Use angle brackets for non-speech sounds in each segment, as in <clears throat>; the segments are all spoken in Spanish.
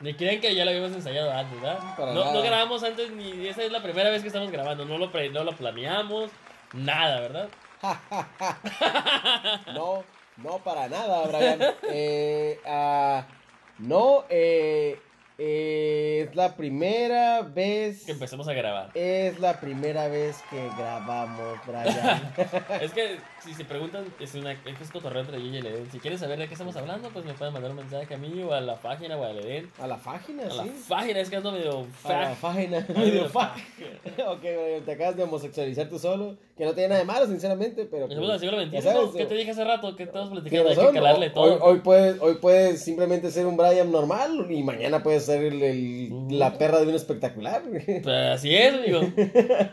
Ni creen que ya lo habíamos ensayado antes, ¿verdad? Para No, nada. no grabamos antes ni. Esa es la primera vez que estamos grabando. No lo, pre- no lo planeamos. Nada, ¿verdad? No, no para nada, Brian. Eh, ah, no, eh, eh, es la primera vez. Que empecemos a grabar. Es la primera vez que grabamos, Brian. Es que si se preguntan, es, una, es que es cotorreo entre Gigi y el Edén. Si quieren saber de qué estamos hablando, pues me pueden mandar un mensaje a mí o a la página o al Edén. A la página, A la sí. Ah, página, es que ando medio A la fag. <laughs> página. Ando medio fa- fag. <laughs> ok, Brian, te acabas de homosexualizar tú solo. Que no tiene nada de malo, sinceramente, pero. pues, Estamos en el siglo ya XXI. sabes, ¿Qué te dije hace rato? Que estamos Tienes platicando de que razón, calarle hoy- todo. Hoy, puedes, hoy puedes simplemente ser un Brian normal y mañana puedes ser el- el- Ujú. la perra de un espectacular. <laughs> Pues así es, amigo.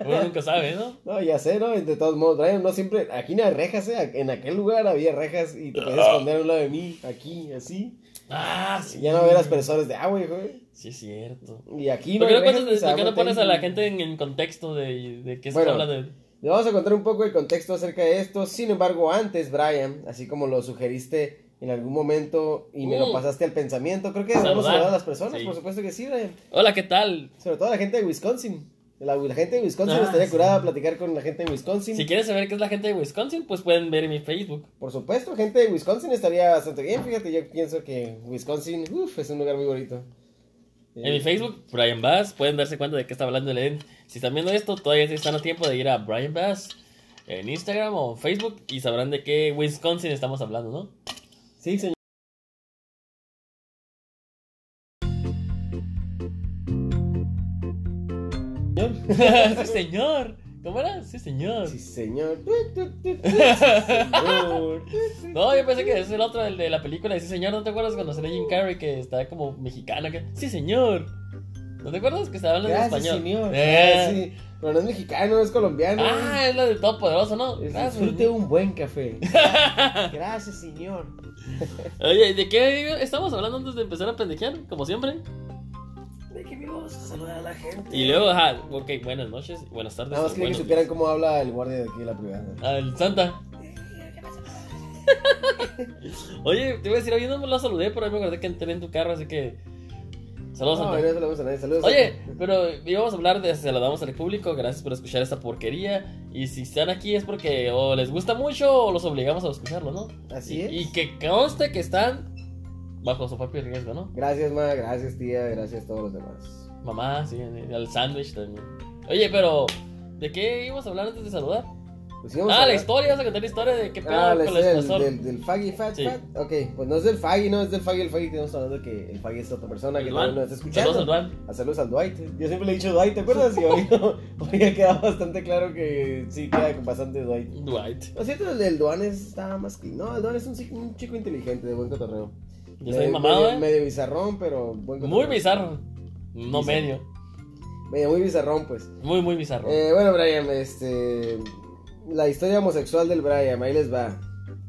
Uno nunca sabe, ¿no? No, ya sé, ¿no? De todos modos, Brian, no siempre. Aquí no hay rejas, ¿eh? En aquel lugar había rejas y te podías esconder a un lado de mí, aquí, así. Ah, sí. Ya no verás personas de agua, güey. Sí, es cierto. Y aquí ¿Por qué no, hay cuentas- rejas, o sea, por qué no pones a la tengo- gente en, en contexto de, de qué se Bueno. habla de.? Le vamos a contar un poco el contexto acerca de esto. Sin embargo, antes, Brian, así como lo sugeriste en algún momento y me lo Mm. pasaste al pensamiento, creo que debemos Saludar. saludar a las personas, Sí. por supuesto que sí, Brian. Hola, ¿qué tal? Sobre todo la gente de Wisconsin. La, la gente de Wisconsin Ah, estaría sí. curada platicar con la gente de Wisconsin. Si quieren saber qué es la gente de Wisconsin, pues pueden ver mi Facebook. Por supuesto, gente de Wisconsin estaría bastante bien. Fíjate, yo pienso que Wisconsin uf, es un lugar muy bonito. En mi Facebook, Brian Bass, pueden darse cuenta de qué está hablando el Eden. Si están viendo esto, todavía están a tiempo de ir a Brian Bass en Instagram o Facebook y sabrán de qué Wisconsin estamos hablando, <laughs> ¿no? Sí, señor. sí, señor. ¿Cómo era? Sí, señor. Sí, señor. Tu, tu, tu, <laughs> tu, sí, señor. No, yo pensé que ese es el otro, el de la película. de Sí, señor, ¿no te acuerdas cuando sale Jim Carrey que está como mexicano? Que... Sí, señor. ¿No te acuerdas que estaba hablando en Gracias, español? señor. Eh. Ah, sí. Pero no es mexicano, es colombiano. Ah, es la de Todo Poderoso, ¿no? Es- Ah, Disfrute un buen café. <laughs> Gracias, señor. Oye, ¿de qué estamos hablando antes de empezar a pendejear? Como siempre. De que vamos a saludar a la gente. Y luego, pues, ajá, ok, buenas noches, buenas tardes. Nada más quería que buenos supieran cómo habla el guardia de aquí de la privada. días. Al Santa. <laughs> Oye, te iba a decir, hoy no me lo saludé, pero hoy me acordé que entré en tu carro, así que. Saludos, No, Santa. no saludamos a nadie. Saludos. Oye, pero íbamos a hablar de saludamos al público, gracias por escuchar esta porquería. Y si están aquí es porque o les gusta mucho o los obligamos a escucharlo, ¿no? Así y, es. Y que conste que están bajo su propio riesgo, ¿no? Gracias, ma. Gracias, tía. Gracias a todos los demás. Mamá, sí, al sándwich también. Oye, pero ¿de qué íbamos a hablar antes de saludar? Pues ah, íbamos a la hablar- historia, vas a contar la historia de qué pedo Ah, con la historia el del, esposor. del, del Faggy Fat Sí. Fat. Ok, pues no es del Faggy, no es del Faggy. El Faggy que estamos hablando que el Faggy es otra persona que El también Duan. nos está escuchando. Saludos al Duan. A saludos al Dwight. Yo siempre le he dicho Dwight, ¿te acuerdas? Y hoy, <laughs> hoy ha quedado bastante claro que sí queda con bastante Dwight. Dwight. Lo cierto, el, el Duan es- estaba más que. No, el Duan es un, chico- un chico inteligente, de buen cotorreo. Yo soy Medio- mamado, medio, ¿eh? medio bizarrón, pero buen Muy cotorreo. bizarro. No Bizarro. medio. Medio muy bizarrón, pues. Muy, muy bizarro. Eh, bueno, Brian, este. La historia homosexual del Brian, ahí les va.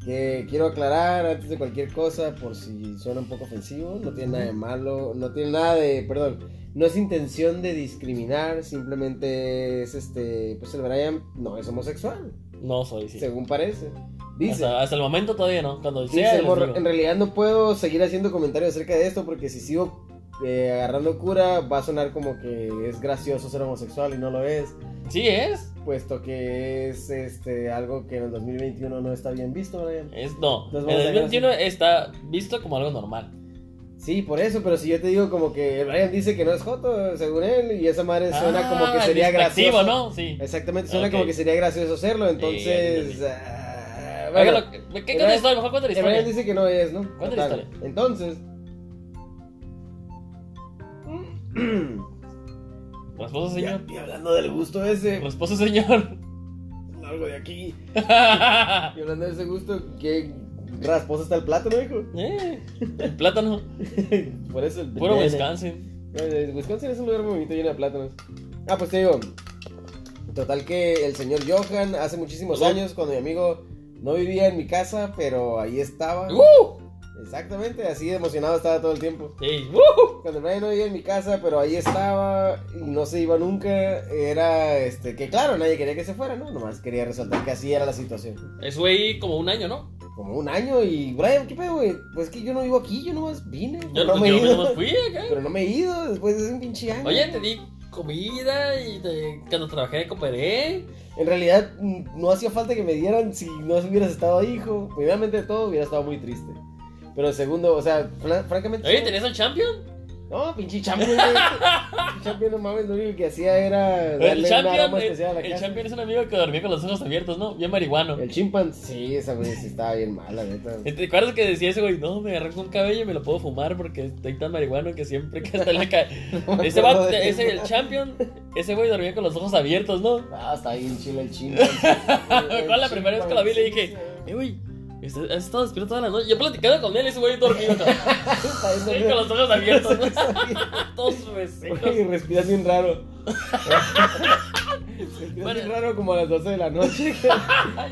Que quiero aclarar antes de cualquier cosa, por si suena un poco ofensivo, no tiene nada de malo, no tiene nada de. Perdón, no es intención de discriminar, simplemente es este. Pues el Brian no es homosexual, no soy, sí. según parece. Dice. Hasta, hasta el momento todavía no. Cuando Dice, sea, les "Morro, digo". en realidad no puedo seguir haciendo comentarios acerca de esto porque si sigo eh, agarrando cura va a sonar como que es gracioso ser homosexual y no lo es Sí es. puesto que es este algo que en el 2021 no está bien visto, Brian. Es no. Nos En vamos a el ver 2021 está visto como algo normal. Sí, por eso, pero si yo te digo como que Brian dice que no es joto, según él, y esa madre suena como que Ah, sería despectivo, gracioso. ¿no? Sí. Exactamente, suena Ok. como que sería gracioso hacerlo, entonces... entendí. ah, bueno, Hágalo- ¿Qué cuenta la historia? Mejor cuenta la el Brian historia. dice que no es, ¿no? Cuenta la Total. historia. <clears throat> Entonces... Resposo, Ya, señor. Pues y hablando del gusto ese, Resposo, señor. algo de aquí. Y hablando de ese gusto, qué rasposo está el plato, ¿no, hijo? <laughs> Eh, el plátano. Por eso el... Puro Wisconsin. Eh, Wisconsin es un lugar muy bonito lleno de plátanos. Ah, pues te digo. Total que el señor Johan hace muchísimos Ujú. años cuando mi amigo no vivía en mi casa, pero ahí estaba. ¡Uh! Exactamente, así de emocionado estaba todo el tiempo. Sí, ¡uh! Cuando el Brian no vivía en mi casa, pero ahí estaba y no se iba nunca, era este que claro, nadie quería que se fuera, ¿no? Nomás quería resaltar que así era la situación. Eso ahí como un año, ¿no? como un año y, Brian, ¿qué pedo, güey? Pues es que yo no vivo aquí, yo nomás vine. Yo, pero no me he yo ido. mismo fui acá. Pero no me he ido, después es un pinche año. Oye, te di comida y te- cuando trabajé cooperé. En realidad, mm, no hacía falta que me dieran si no hubieras estado ahí, hijo. Primeramente de todo, hubiera estado muy triste. Pero segundo, o sea, fran- francamente. Oye, ¿tenías el champion? No, pinche champion, güey. Pinche champion, no mames, lo único que hacía era El darle un champion, aroma el, especial a la el casa. champion es un amigo que dormía con los ojos abiertos, ¿no? Bien marihuano. El chimpan, sí, esa güey sí estaba bien <laughs> mala, neta. ¿Te acuerdas que decía ese güey? No, me arranco un cabello y me lo puedo fumar porque estoy tan marihuano que siempre que está en la calle. Ese, vato- ese, el champion, ese güey dormía con los ojos abiertos, ¿no? Ah, está bien chile el <laughs> chimpan. El ¿Cuál la primera vez que lo vi? Le dije, chimpan, Eh, güey, estás- has estado despierto toda la noche. Yo platicando con él, ese güey dormido. cabrón. sí, <laughs> está bien Sí, <laughs> dormido. con los ojos abiertos, <laughs> ¿no? <laughs> Todos sus vecinos. Güey, respiras bien <laughs> raro. respiras Bueno. bien raro como a las 12 de <laughs> la noche.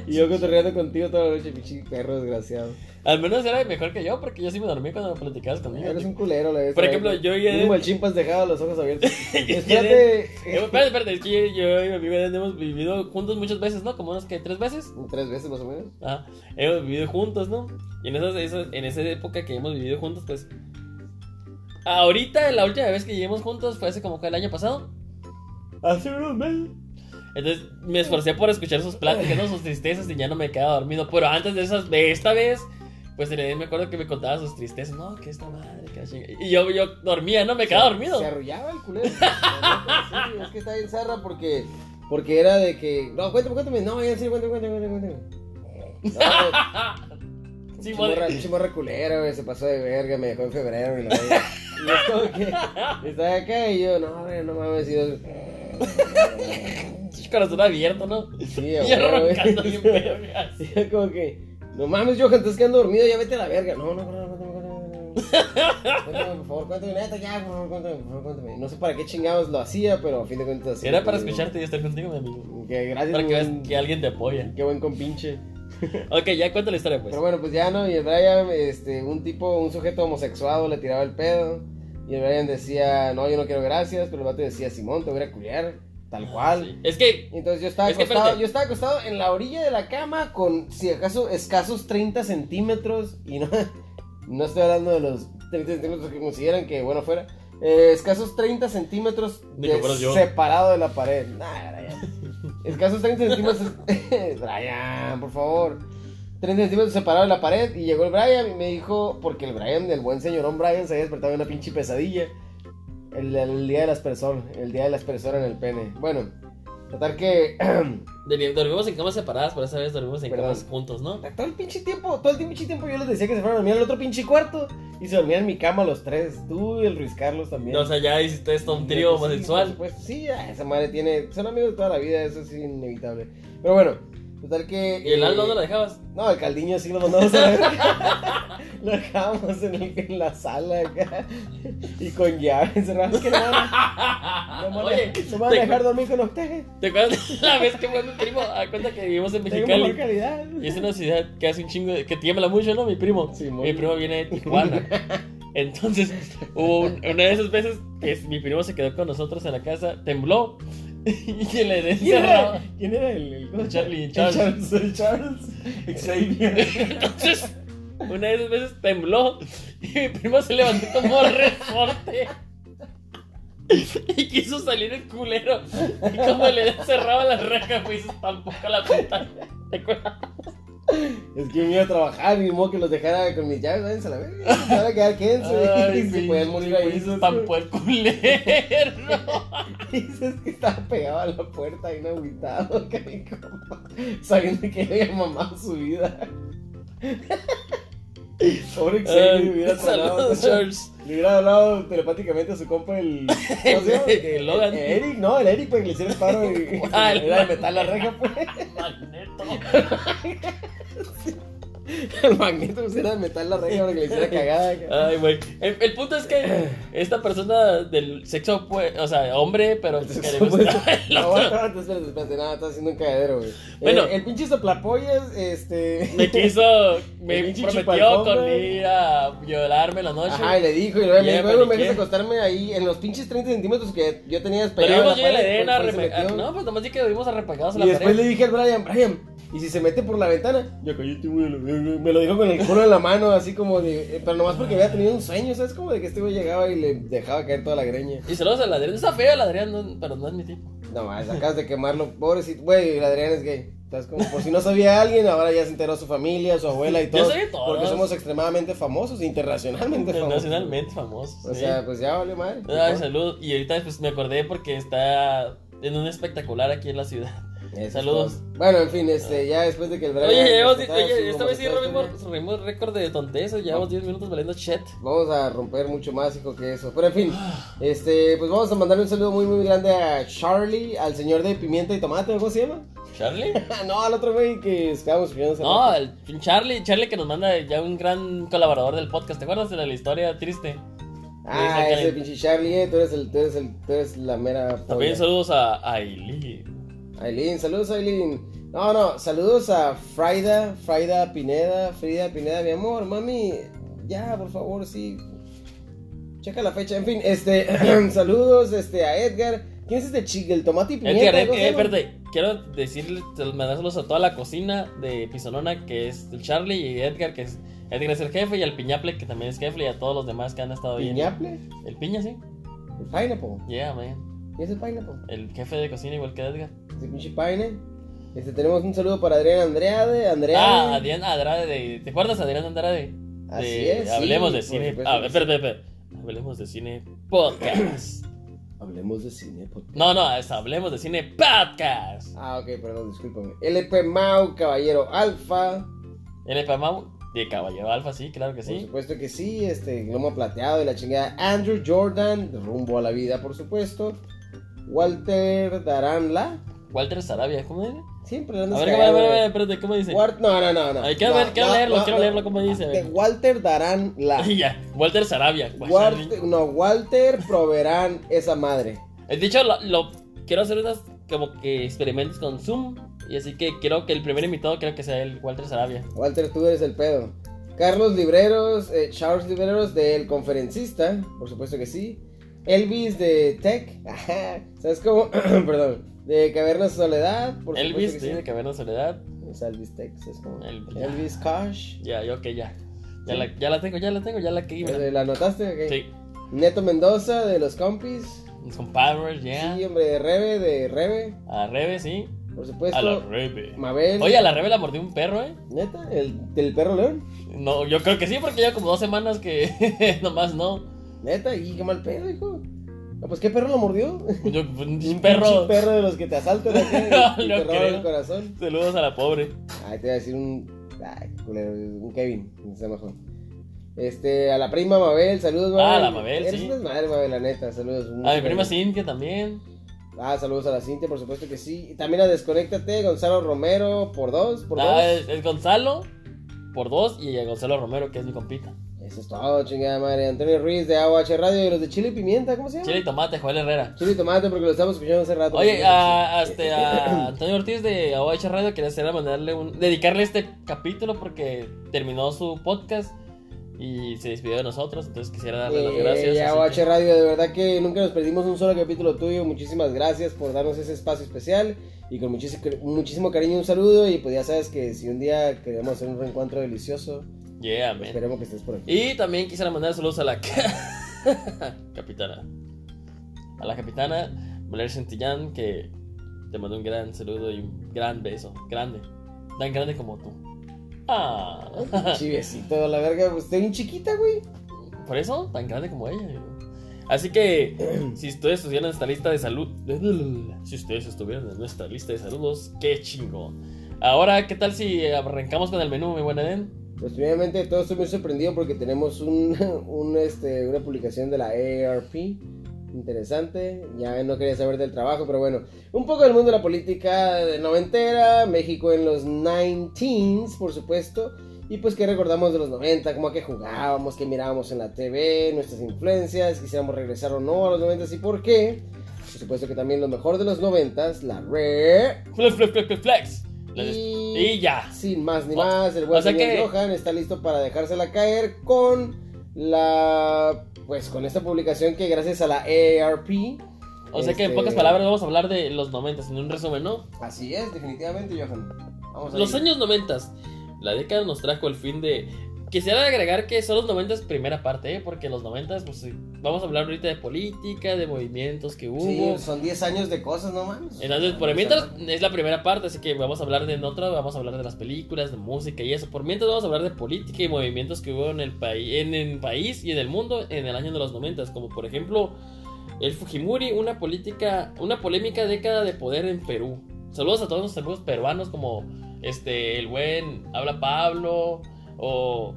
y yo cotorreando contigo toda la noche, pinche perro desgraciado. Al menos era mejor que yo, porque yo sí me dormí cuando platicabas conmigo. Eres un culero, la vez. Por ejemplo, yo llegué- Mínimo el chimpas dejaba los ojos abiertos. <laughs> Yo Espérate. Eh, espérate, espérate, es que yo y mi amigo Eden hemos vivido juntos muchas veces, ¿no? Como unas que tres veces. Tres veces más o menos. Ajá, Ah, hemos vivido juntos, ¿no? Y en, esas, esas- en esa época que hemos vivido juntos, pues. Ahorita, la última vez que vivimos juntos fue hace como que el año pasado. Hace unos meses. Entonces me esforcé por escuchar sus pláticas, ¿no? sus tristezas y ya no me quedaba dormido. Pero antes de esas, de esta vez, pues el Edén me acuerdo que me contaba sus tristezas. No, que esta madre, que la chinga- Y yo, yo dormía, ¿no? Me quedaba dormido. Se arrullaba el culero. Sí, es que está bien zarra porque, porque era de que. No, cuéntame, cuéntame. No, ya en serio, cuéntame, cuéntame, <laughs> cuéntame. cuéntame. No, Sí, Chimorra, madre. chimorra culera, güey, se pasó de verga, me dejó en febrero y la verga. Y es como que estaba acá y yo, no, güey, no mames, y yo, <laughs> Corazón abierto, ¿no? sí, Y a yo huevo, güey. roncando bien feo, <laughs> ya. Y yo como que, no mames, yo es que ando dormido, ya vete a la verga. No, no, no, no, no, no, no. Cuéntame, por favor, cuéntame, neta, ya, por favor, cuéntame, por favor, cuéntame. No sé para qué chingados lo hacía, pero a fin de cuentas. sí, Era para güey. escucharte y estar contigo, mi amigo. Que gracias, Para que güey. veas que alguien te apoya. Qué buen compinche. Ok, ya cuenta la historia, pues. Pero bueno, pues ya no, y el Brian, este, un tipo, un sujeto homosexual le tiraba el pedo. Y el Brian decía, no, yo no quiero gracias, pero el vato decía, Simón, te voy a ir a culiar, tal Ah, cual. Sí. Es que, Entonces yo estaba, Es que acostado, espérate. yo estaba acostado en la orilla de la cama con, si acaso, escasos 30 centímetros. Y no, no estoy hablando de los 30 centímetros que consideran que bueno fuera. eh, escasos 30 centímetros Ni que de- fueras yo. separado de la pared. Nah, Brian. Escasos 30 centímetros. <laughs> Brian, por favor. 30 centímetros separado de la pared. Y llegó el Brian y me dijo, porque el Brian, el buen señorón Brian, se había despertado de una pinche pesadilla. El, el día de las personas, el día de las personas en el pene. Bueno, tratar que de- dormimos en camas separadas, pero esa vez dormimos en Perdón. camas juntos, ¿no? todo el pinche tiempo, todo el pinche tiempo yo les decía que se fueran a dormir al otro pinche cuarto y se dormían en mi cama los tres, tú y el Ruiz Carlos también. No, o sea, ya hiciste esto un Sí, trío por homosexual. supuesto. sí, ah, esa madre tiene, son amigos de toda la vida, eso es inevitable. Pero bueno, total que ¿Y el eh, alma no la dejabas? No, el caldiño sí lo mandamos a ver. <laughs> lo dejábamos en, el- en la sala acá. Y con llaves, cerradas que no van a- no van a- Oye, no van a te- dejar dormir con ustedes. ¿Te acuerdas la vez que fue mi primo? A cuenta que vivimos en Tengo mejor Mexicali. calidad. Y es una ciudad que hace un chingo de- que tiembla mucho, ¿no? Mi primo. Simón. mi primo viene de <laughs> Tijuana. Entonces, hubo un- una de esas veces que es- mi primo se quedó con nosotros en la casa, tembló. <laughs> Y que le ¿Quién encerraba. era, ¿Quién era el, el- El Charlie, el El Charles. Charles, el Charles Xavier. Entonces, una de esas veces tembló y mi primo se levantó como resorte. Y quiso salir el culero. Y cuando le cerraba la reja, pues tampoco la puta. ¿Te acuerdas? <laughs> Es que me iba a trabajar, ni modo que los dejara con mis llaves, váyanse a la verga. Se van a quedar quédense. <laughs> y se sí, pueden morir sí, ahí. pues, Estampó el culero. <laughs> Dices que estaba pegado a la puerta y no <laughs> agüitado, que mi compa, sabiendo que había mamado su vida. <laughs> Pobre Xavier le hubiera Ay, hablado. Saludos, Charles. <laughs> Le hubiera hablado telepáticamente a su compa el. ¿cómo se <laughs> llama? El Logan. Eric, no, el Eric, para que le hiciera el paro <laughs> y. ¿Cuál? Era de metal la reja, pues. Magneto. El magneto pues, era de metal la reja para que le <laughs> hiciera cagada. Ay, güey. El, el punto es que esta persona del sexo, pues, o sea, hombre, pero que le gusta el No, otro. espérate, espérate, espérate, nada, está haciendo un cagadero, güey. Bueno. Eh, el pinche soplapollas, este. <laughs> Me quiso, me El pinche prometió chupacabra. con ir a violarme la noche. Ajá, y le dijo, y Ya luego me me dijo, "Güey, me paniqué". dejas acostarme ahí en los pinches 30 centímetros que yo tenía pero despegado. vimos en yo y pared, le den pues, a pues, se remegar. metió. ah, No, pues nomás dije que vimos arrepegados a y la después pared. le dije al Brian, Brian, ¿y si se mete por la ventana? Yo cállate, güey, a la verga. Me lo dijo con el culo en la mano, así como de. eh, Pero nomás porque había tenido un sueño, ¿sabes? Como de que este güey llegaba y le dejaba caer toda la greña. Y saludos al Adrián. Está feo el Adrián, no- pero no es mi tipo. No más, acabas de quemarlo, pobrecito. Güey, el Adrián es gay. Estás como, por si no sabía alguien, ahora ya se enteró su familia, su abuela y <laughs> Yo todo. sabía todo. Porque somos extremadamente famosos, internacionalmente famosos. Internacionalmente famoso. O sí. Ah, sea, pues ya vale madre. Ay, saludos. Y ahorita pues, me acordé porque está en un espectacular aquí en la ciudad. Eso es saludos. todo. Bueno, en fin, este, ya después de que el Brian. Oye, llevamos, nos contara su oye, esta vez sí romántica rompimos, historia, rompimos récord de tontezas. Llevamos 10 minutos valiendo chat. Vamos a romper mucho más, hijo, que eso. Pero en fin, este, pues vamos a mandarle un saludo muy, muy grande a Charlie, al señor de pimienta y tomate, ¿cómo se llama? <laughs> <laughs> ¿Charlie? no, al otro güey que estábamos escuchando hace No, rato. el pin- Charlie, Charlie que nos manda ya un gran colaborador del podcast. ¿Te acuerdas de la historia triste? Ah, dice que- ese pinche Charlie, eh, tú eres el, tú eres el, tú eres la mera. También polla. saludos a Aileen. Aileen, saludos Aileen. No, no, saludos a Frida, Frida Pineda, Frida Pineda, mi amor, mami, ya, por favor, sí. Checa la fecha, en fin, este, <clears throat> saludos este, a Edgar. ¿Quién es este chico? El tomate y pimienta. Edgar, Edgar, ¿cómo se eh, llama? espérate, quiero decirle, te- mandárselos a toda la cocina de Pisonona, que es el Charlie y Edgar, que es Edgar es el jefe, y al Piñaple, que también es jefe, y a todos los demás que han estado ahí. ¿Piñaple? El Piña, sí. El pineapple. Yeah, man. ¿Qué es el pineapple? El jefe de cocina, igual que Edgar. Este pinche pine. Este, tenemos un saludo para Adrián Andrade, Andrea. Ah, Adrián Andrade. de- ¿Te acuerdas, Adrián Andrade? De- Así es. sí, Hablemos de por cine. supuesto Ah, que sí. espérate, espérate. Hablemos de cine podcast. Hablemos de cine, por No, no, es Hablemos de cine podcast. Ah, ok, perdón, discúlpame. LP Mau, Caballero Alfa. El Pamau de Caballero Alfa, sí, claro que Por sí. supuesto que sí, este, Glomo Plateado de la chingada. Andrew Jordan, de Rumbo a la Vida, por supuesto. Walter Daranla, Walter Sarabia, ¿cómo dice? siempre le A andas ver, a ver, a cagando, ver, a ver, güey. espérate, ¿cómo dice? <laughs> Wart- No, no, no, no. Ay, quiero No, ver- quiero no, leerlo, no, quiero no. leerlo, ¿cómo dice? De <laughs> Walter Daranla. Y ya, Walter Sarabia. Pues, Walter, no, Walter Proverán, esa madre. Eh, De hecho, lo, lo- quiero hacer unas como que experimentos con Zoom. Y así que quiero que el primer invitado creo que sea el Walter Sarabia. Walter, tú eres el pedo. Carlos Libreros, eh, Charles Libreros del conferencista, por supuesto que sí. Elvis de Tech, ajá, ¿sabes cómo? <clears throat> Perdón, de Caverna Soledad, por Elvis, ¿eh? supuesto sí, que de Caverna de Soledad. sí. Es Elvis Tech, ¿sabes cómo? El- Elvis Cash. Ya, ya, ok, ya. Ya, Sí. la, ya la tengo, ya la tengo, ya la que Eh, ¿La anotaste? Ok. Sí, Neto Mendoza de los compis. mis compadres, ya. Sí, hombre, de Rebe, de Rebe, A Rebe, sí. por A la supuesto. Rebe. Mabel. Oye, a la Rebe la mordió un perro, ¿eh? ¿Neta? ¿El, ¿Del perro león? No, yo creo que sí, porque ya como dos semanas que <laughs> nomás no. ¿Neta? ¿Y qué mal pedo, hijo? No, pues, ¿qué perro lo mordió? Yo, pues, un Un perro. pinche perro de los que te <laughs> asaltan aquí y No te lo roban creo. el corazón. Saludos a la pobre. Ay, te voy a decir un. Ay, qué culero, un Kevin, está mejor. Este, a la prima Mabel, saludos, Mabel. Ah, la Mabel, Eres sí. una madre, Mabel, la neta, saludos. A mi mucho prima cariño. Cintia también. Ah, saludos a la Cintia, por supuesto que sí. Y también a Desconéctate, Gonzalo Romero, por dos, por Ah, dos. el, el Gonzalo por dos y el Gonzalo Romero, que es mi compita. Eso es todo, chingada madre. Antonio Ruiz de AOH Radio y los de Chile y Pimienta, ¿cómo se llama? Chile y tomate, Joel Herrera. Chile y Tomate, porque lo estamos escuchando hace rato. Oye, ah a, este, a Antonio Ortiz de AOH Radio quería hacer mandarle un, dedicarle este capítulo porque terminó su podcast y se despidió de nosotros, entonces quisiera darle Ah, las Eh, gracias. y a así OH que- Radio, de verdad que nunca nos perdimos un solo capítulo tuyo. Muchísimas gracias por darnos ese espacio especial. Y con muchísimo, muchísimo cariño un saludo. Y pues ya sabes que si un día queremos hacer un reencuentro delicioso, Yeah, man. esperemos que estés por aquí. Y también quisiera mandar saludos a la <laughs> ca- capitana. A la capitana Valeria Santillán, que te mando un gran saludo y un gran beso. Grande. Tan grande como tú. Ah. Chivecito, la verga, pues estoy bien chiquita, güey. Por eso, tan grande como ella. yo. Así que, si ustedes estuvieran en esta lista de salud. <clears throat> Si ustedes estuvieran en nuestra lista de saludos, qué chingo. Ahora, ¿qué tal si arrancamos con el menú, mi buen Eden? Pues primeramente todo estoy muy sorprendido porque tenemos un, <laughs> un, este, una publicación de la ARP. Interesante, ya no quería saber del trabajo, pero bueno, un poco del mundo de la política de noventera, México en los 19s, por supuesto, y pues que recordamos de los 90, como a qué jugábamos, qué mirábamos en la TV, nuestras influencias, quisiéramos regresar o no a los 90 y por qué. Por supuesto que también lo mejor de los 90, la E re. Flex, flex, flex, flex, flex. Les- Y ya. Sin más ni O- más, el buen o sea señor que- Johan está listo para dejársela caer con la. Pues con esta publicación que gracias a la ARP. O sea que en este, pocas palabras vamos a hablar de los noventas en un resumen, ¿no? Así es, definitivamente, Johan. Vamos a Los ir. años noventas. La década nos trajo el fin de. Quisiera agregar que son los 90 primera parte, ¿eh? porque los 90 pues sí, vamos a hablar ahorita de política, de movimientos que Sí, hubo. son 10 años de cosas, no mames. Entonces, por mientras es la primera parte, así que vamos a hablar de en otra, vamos a hablar de las películas, de música y eso. Por mientras vamos a hablar de política y movimientos que hubo en el país, en el país y en el mundo en el año de los 90, como por ejemplo el Fujimori, una política, una polémica década de poder en Perú. Saludos a todos nuestros amigos peruanos como este el buen habla Pablo o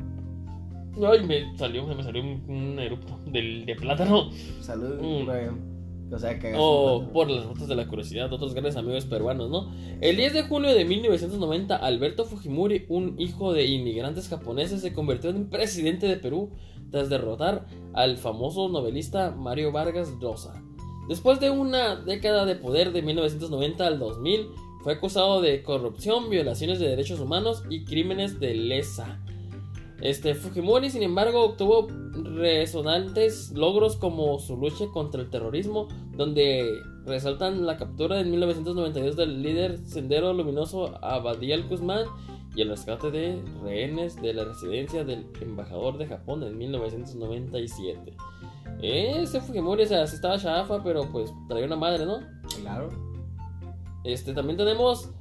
ay me salió me salió un, un eructo del de plátano. Salud, Mm. Brian. O sea, que O por las rutas de la curiosidad de otros grandes amigos peruanos, ¿no? El 10 de julio de 1990, Alberto Fujimori, un hijo de inmigrantes japoneses, se convirtió en presidente de Perú tras derrotar al famoso novelista Mario Vargas Llosa. Después de una década de poder de 1990 al 2000, fue acusado de corrupción, violaciones de derechos humanos y crímenes de lesa. Este Fujimori, sin embargo, obtuvo resonantes logros como su lucha contra el terrorismo, donde resaltan la captura en 1992 del líder sendero luminoso Abadiel Guzmán y el rescate de rehenes de la residencia del embajador de Japón en 1997. Ese Fujimori, o sea, sí estaba chafa, pero pues traía una madre, ¿no? Claro. Este, también tenemos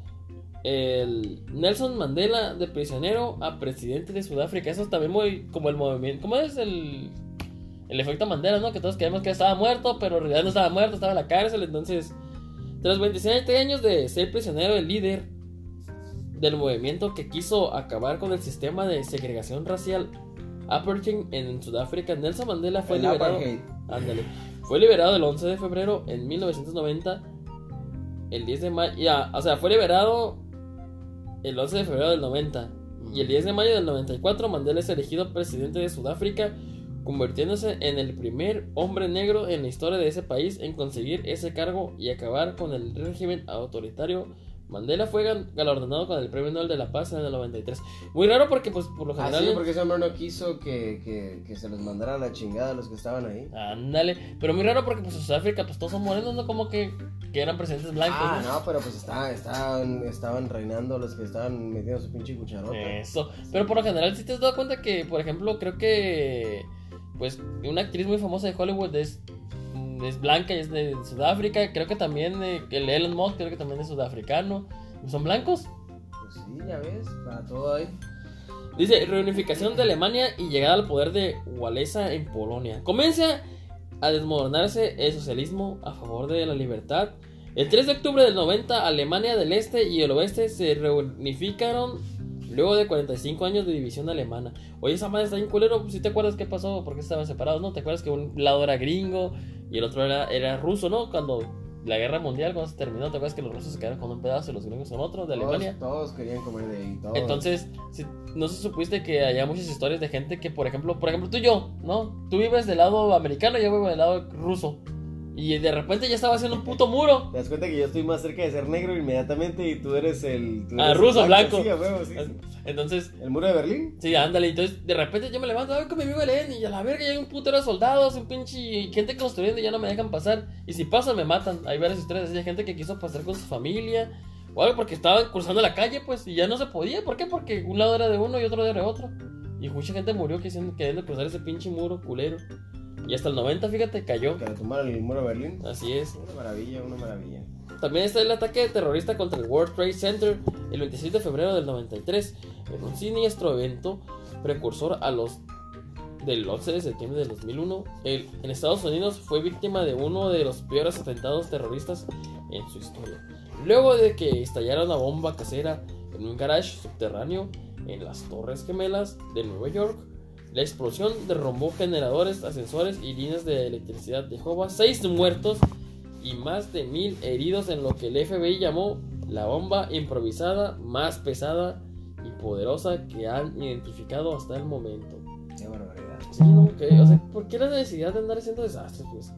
el Nelson Mandela de prisionero a presidente de Sudáfrica. Eso es también muy como el movimiento. ¿Cómo es el, el efecto Mandela, no? Que todos creemos que estaba muerto, pero en realidad no estaba muerto, estaba en la cárcel. Entonces, tras 27 años de ser prisionero, el líder del movimiento que quiso acabar con el sistema de segregación racial apartheid en Sudáfrica, Nelson Mandela fue El liberado. apartheid. Ándale. Fue liberado el 11 de febrero en 1990. El 10 de mayo. Ya, o sea, fue liberado el 11 de febrero del 90. Y el 10 de mayo del 94, Mandela es elegido presidente de Sudáfrica, convirtiéndose en el primer hombre negro en la historia de ese país en conseguir ese cargo y acabar con el régimen autoritario. Mandela fue gan- galardonado con el Premio Nobel de la Paz en el 93. Muy raro porque, pues, por lo Ah, general... sí, porque ese hombre no quiso que, que, que se los mandara a la chingada a los que estaban ahí. Ándale, pero muy raro porque pues en Sudáfrica pues todos son morenos, ¿no? Como que, que eran presidentes blancos. Ah, ¿no? no, pero pues está- estaban, estaban reinando los que estaban metiendo su pinche cucharota. Eso. Pero por lo general si te has dado cuenta que, por ejemplo, creo que pues una actriz muy famosa de Hollywood es, es blanca y es de Sudáfrica. Creo que también eh, el Elon Musk creo que también es sudafricano. ¿Son blancos? Pues sí, ya ves, para todo ahí. Dice, reunificación de Alemania y llegada al poder de Walesa en Polonia. Comienza a desmoronarse el socialismo a favor de la libertad. El 3 de octubre del 90, Alemania del Este y el Oeste se reunificaron luego de 45 años de división alemana. Oye, esa madre está bien culero. pues, Si te acuerdas qué pasó, porque estaban separados, ¿no? ¿Te acuerdas que un lado era gringo y el otro era, era ruso, ¿no? Cuando la guerra mundial, cuando se terminó, ¿te acuerdas que los rusos se quedaron con un pedazo y los gringos con otro de Alemania? Todos, todos querían comer de ahí, todos. Entonces, si- no se supiste que hay muchas historias de gente que, por ejemplo, por ejemplo tú y yo, ¿no? Tú vives del lado americano, yo vivo del lado ruso. Y de repente ya estaba haciendo un puto muro. Te das cuenta que yo estoy más cerca de ser negro inmediatamente y tú eres el. tú Ah, eres el ruso, blanco. Sí, a huevo, sí, sí. Entonces, El muro de Berlín. sí, ándale. Entonces, de repente yo me levanto, ay, que mi amigo Elen, y a la verga, ya hay un putero de soldados, un pinche gente construyendo y ya no me dejan pasar. Y si pasan, me matan. Hay varias historias así de gente que quiso pasar con su familia o algo porque estaban cruzando la calle, pues, y ya no se podía. ¿Por qué? Porque un lado era de uno y otro era de otro. Y mucha gente murió quisiendo- queriendo cruzar ese pinche muro culero. Y hasta el 90, fíjate, cayó. Que tomaron el muro de Berlín. Así es. Una maravilla, una maravilla. También está el ataque terrorista contra el World Trade Center el 26 de febrero del 93, en un siniestro evento precursor a los del 11 de septiembre del 2001. El- en Estados Unidos fue víctima de uno de los peores atentados terroristas en su historia. Luego de que estallara una bomba casera en un garage subterráneo en las Torres Gemelas de Nueva York, la explosión derrumbó generadores, ascensores y líneas de electricidad. Dejó a seis muertos y más de mil heridos en lo que el FBI llamó la bomba improvisada más pesada y poderosa que han identificado hasta el momento. Qué barbaridad. Sí, no, que, o sea, ¿por qué la necesidad de andar haciendo desastres? Pues?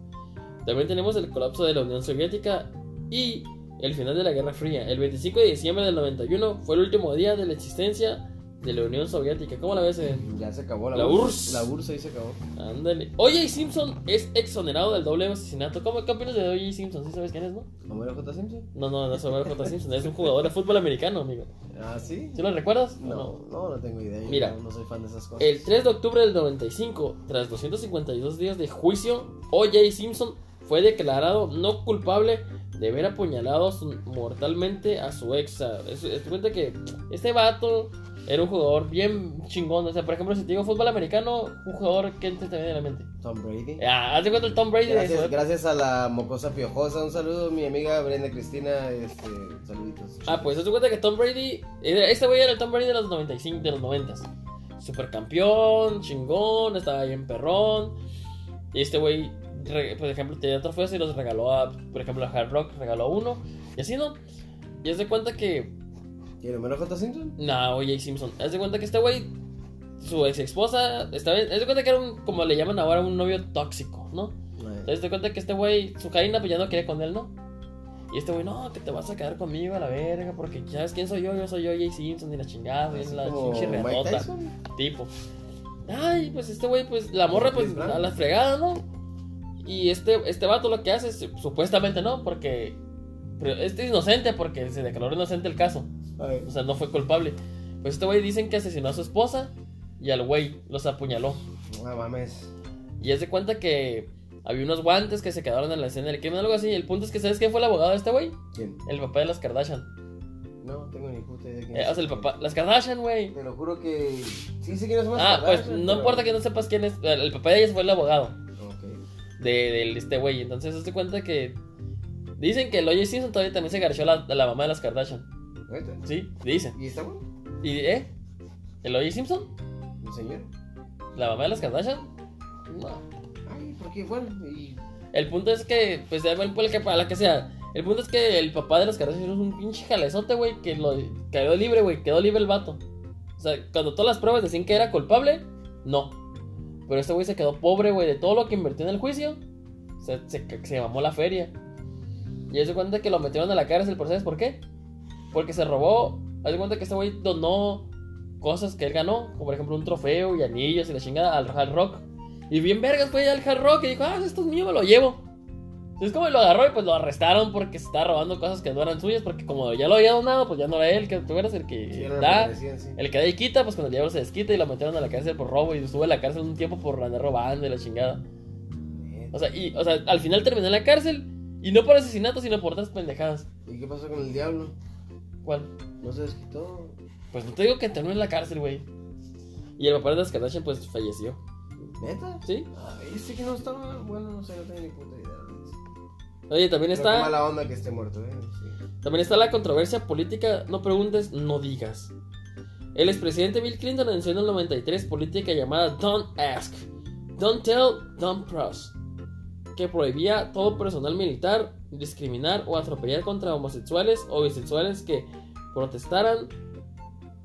También tenemos el colapso de la Unión Soviética y el final de la Guerra Fría. El 25 de diciembre del 91 fue el último día de la existencia de la Unión Soviética. ¿Cómo la ves? eh? Ya se acabó la, La URSS. La URSS ahí se acabó. Ándale. OJ Simpson es exonerado del doble asesinato. ¿Cómo, ¿Qué opinas de OJ Simpson? ¿Sí sabes quién es, no? ¿Homero J. Simpson? No, no, no es Homero J. Simpson. Es un jugador de fútbol americano, amigo. Ah, sí. ¿Sí lo recuerdas? ¿O No, no, no tengo idea. yo Mira. no, no soy fan de esas cosas. El 3 de octubre del 95, tras 252 días de juicio, O.J. Simpson fue declarado no culpable de haber apuñalado su- mortalmente a su ex. O sea, es- es- te cuenta que este vato era un jugador bien chingón. O sea, por ejemplo, si te digo fútbol americano, un jugador que te, te viene a la mente. Tom Brady. Ah, haz de cuenta el Tom Brady de eso, Gracias, ¿eh? gracias a la mocosa piojosa. Un saludo, mi amiga Brenda Cristina. Este, saluditos. Ah, pues haz de cuenta que Tom Brady. era- Este güey era el Tom Brady de los 95, de los 90s. Supercampeón, chingón, estaba bien perrón. Y este güey, re- por ejemplo, tenía trofeos y los regaló a, por ejemplo, a Hard Rock, regaló uno. Y así no. Y haz de cuenta que. ¿Y el Homero J. Simpson? No, oye, Simpson. Haz de cuenta que este güey, su ex esposa, estaba. Haz de cuenta que era un, como le llaman ahora, un novio tóxico, ¿no? No, Entonces te cuenta que este güey, su Karina pues ya no quería con él, ¿no? Y este güey, no, que te vas a quedar conmigo a la verga, porque ¿sabes quién soy yo? Yo soy yo, Jay Simpson, y la chingada, soy Así la como pinche Mike redota, Tyson. tipo. Ay, pues este güey, pues la morra, Chris pues Brown. a la fregada, ¿no? Y este, este vato lo que hace es, supuestamente no, porque pero este es inocente, porque se declaró inocente el caso, o sea, no fue culpable. Pues este güey dicen que asesinó a su esposa y al güey los apuñaló. No mames. Y hace cuenta que había unos guantes que se quedaron en la escena del crimen, algo así. El punto es que, ¿sabes quién fue el abogado de este güey? ¿Quién? El papá de las Kardashian. No, tengo ni puta idea quién Eh, o sea, el papá. Las Kardashian, güey. Te lo juro que. Sí, sé quiénes son las Ah, pues Kardashian, no pero- importa que no sepas quién es. El el papá de ellas fue el abogado Ok. de, del- este güey. Entonces, hace cuenta que. Dicen que el OJ Simpson todavía también se garchó a la, a la mamá de las Kardashian. ¿Neta? ¿Sí? Dicen. ¿Y está bueno? ¿Y eh? ¿El OJ Simpson? ¿El señor? ¿La mamá de las Kardashian? No. Ay, porque bueno, y. El punto es que, pues, da igual por el que, para la que sea. El punto es que el papá de las Kardashian es un pinche jalezote, güey, que lo quedó libre, güey, quedó libre el vato. O sea, cuando todas las pruebas decían que era culpable, no. Pero este güey se quedó pobre, güey, de todo lo que invirtió en el juicio. Se, se, se mamó la feria. Y ahí se cuenta que lo metieron a la cárcel, pero ¿sabes por qué? Porque se robó. Haz de cuenta que este güey donó cosas que él ganó, como por ejemplo un trofeo y anillos y la chingada al Hard Rock. Y bien vergas fue al Hard Rock y dijo, ah, esto es mío, me lo llevo. Entonces como lo agarró y pues lo arrestaron porque se estaba robando cosas que no eran suyas, porque como ya lo había donado, pues ya no era él, que tú eras el que Sí, era lo Eh, da. que decían, sí. El que da y quita, pues con el diablo se desquita y lo metieron a la cárcel por robo y estuvo en la cárcel un tiempo por andar robando y la chingada. O sea, y, o sea, al final terminó en la cárcel y no por asesinato, sino por otras pendejadas. ¿Y qué pasó con el diablo? ¿Cuál? No se desquitó. Pues no te digo que terminó en la cárcel, güey. Y el papá de las Kardashian, pues falleció. ¿Neta? ¿Sí? Ay, este que no estaba. Bueno, no sé, no tengo ni puta idea. Oye, también Pero Qué está, mala onda que esté muerto, ¿eh? Sí. también está la controversia política. No preguntes, no digas. El expresidente Bill Clinton anunció en el 93 política llamada Don't Ask, Don't Tell, Don't Press, que prohibía todo personal militar discriminar o atropellar contra homosexuales o bisexuales que protestaran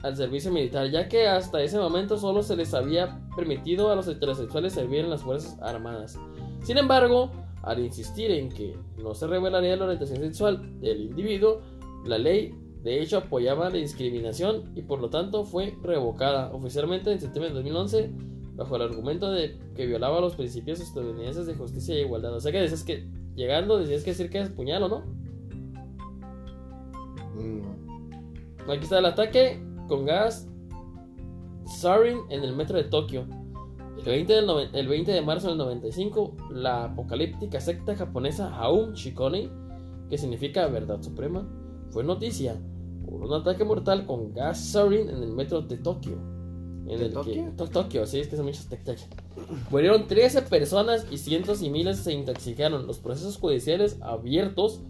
al servicio militar, ya que hasta ese momento solo se les había permitido a los heterosexuales servir en las Fuerzas Armadas. Sin embargo, al insistir en que no se revelaría la orientación sexual del individuo, la ley de hecho apoyaba la discriminación y por lo tanto fue revocada oficialmente en septiembre de 2011 bajo el argumento de que violaba los principios estadounidenses de justicia e igualdad. O sea que decías que llegando decías que decir que es puñal o no. Mm. Aquí está el ataque con gas sarin en el metro de Tokio. El 20, del noven- el 20 de marzo del 95, la apocalíptica secta japonesa Aum Shikone, que significa verdad suprema, fue noticia por un ataque mortal con gas sarin en el metro de Tokio. En ¿De el Tokio? Que, To- Tokio, sí, es que son muchas tectecas. Murieron 13 personas y cientos y miles se intoxicaron. Los procesos judiciales abiertos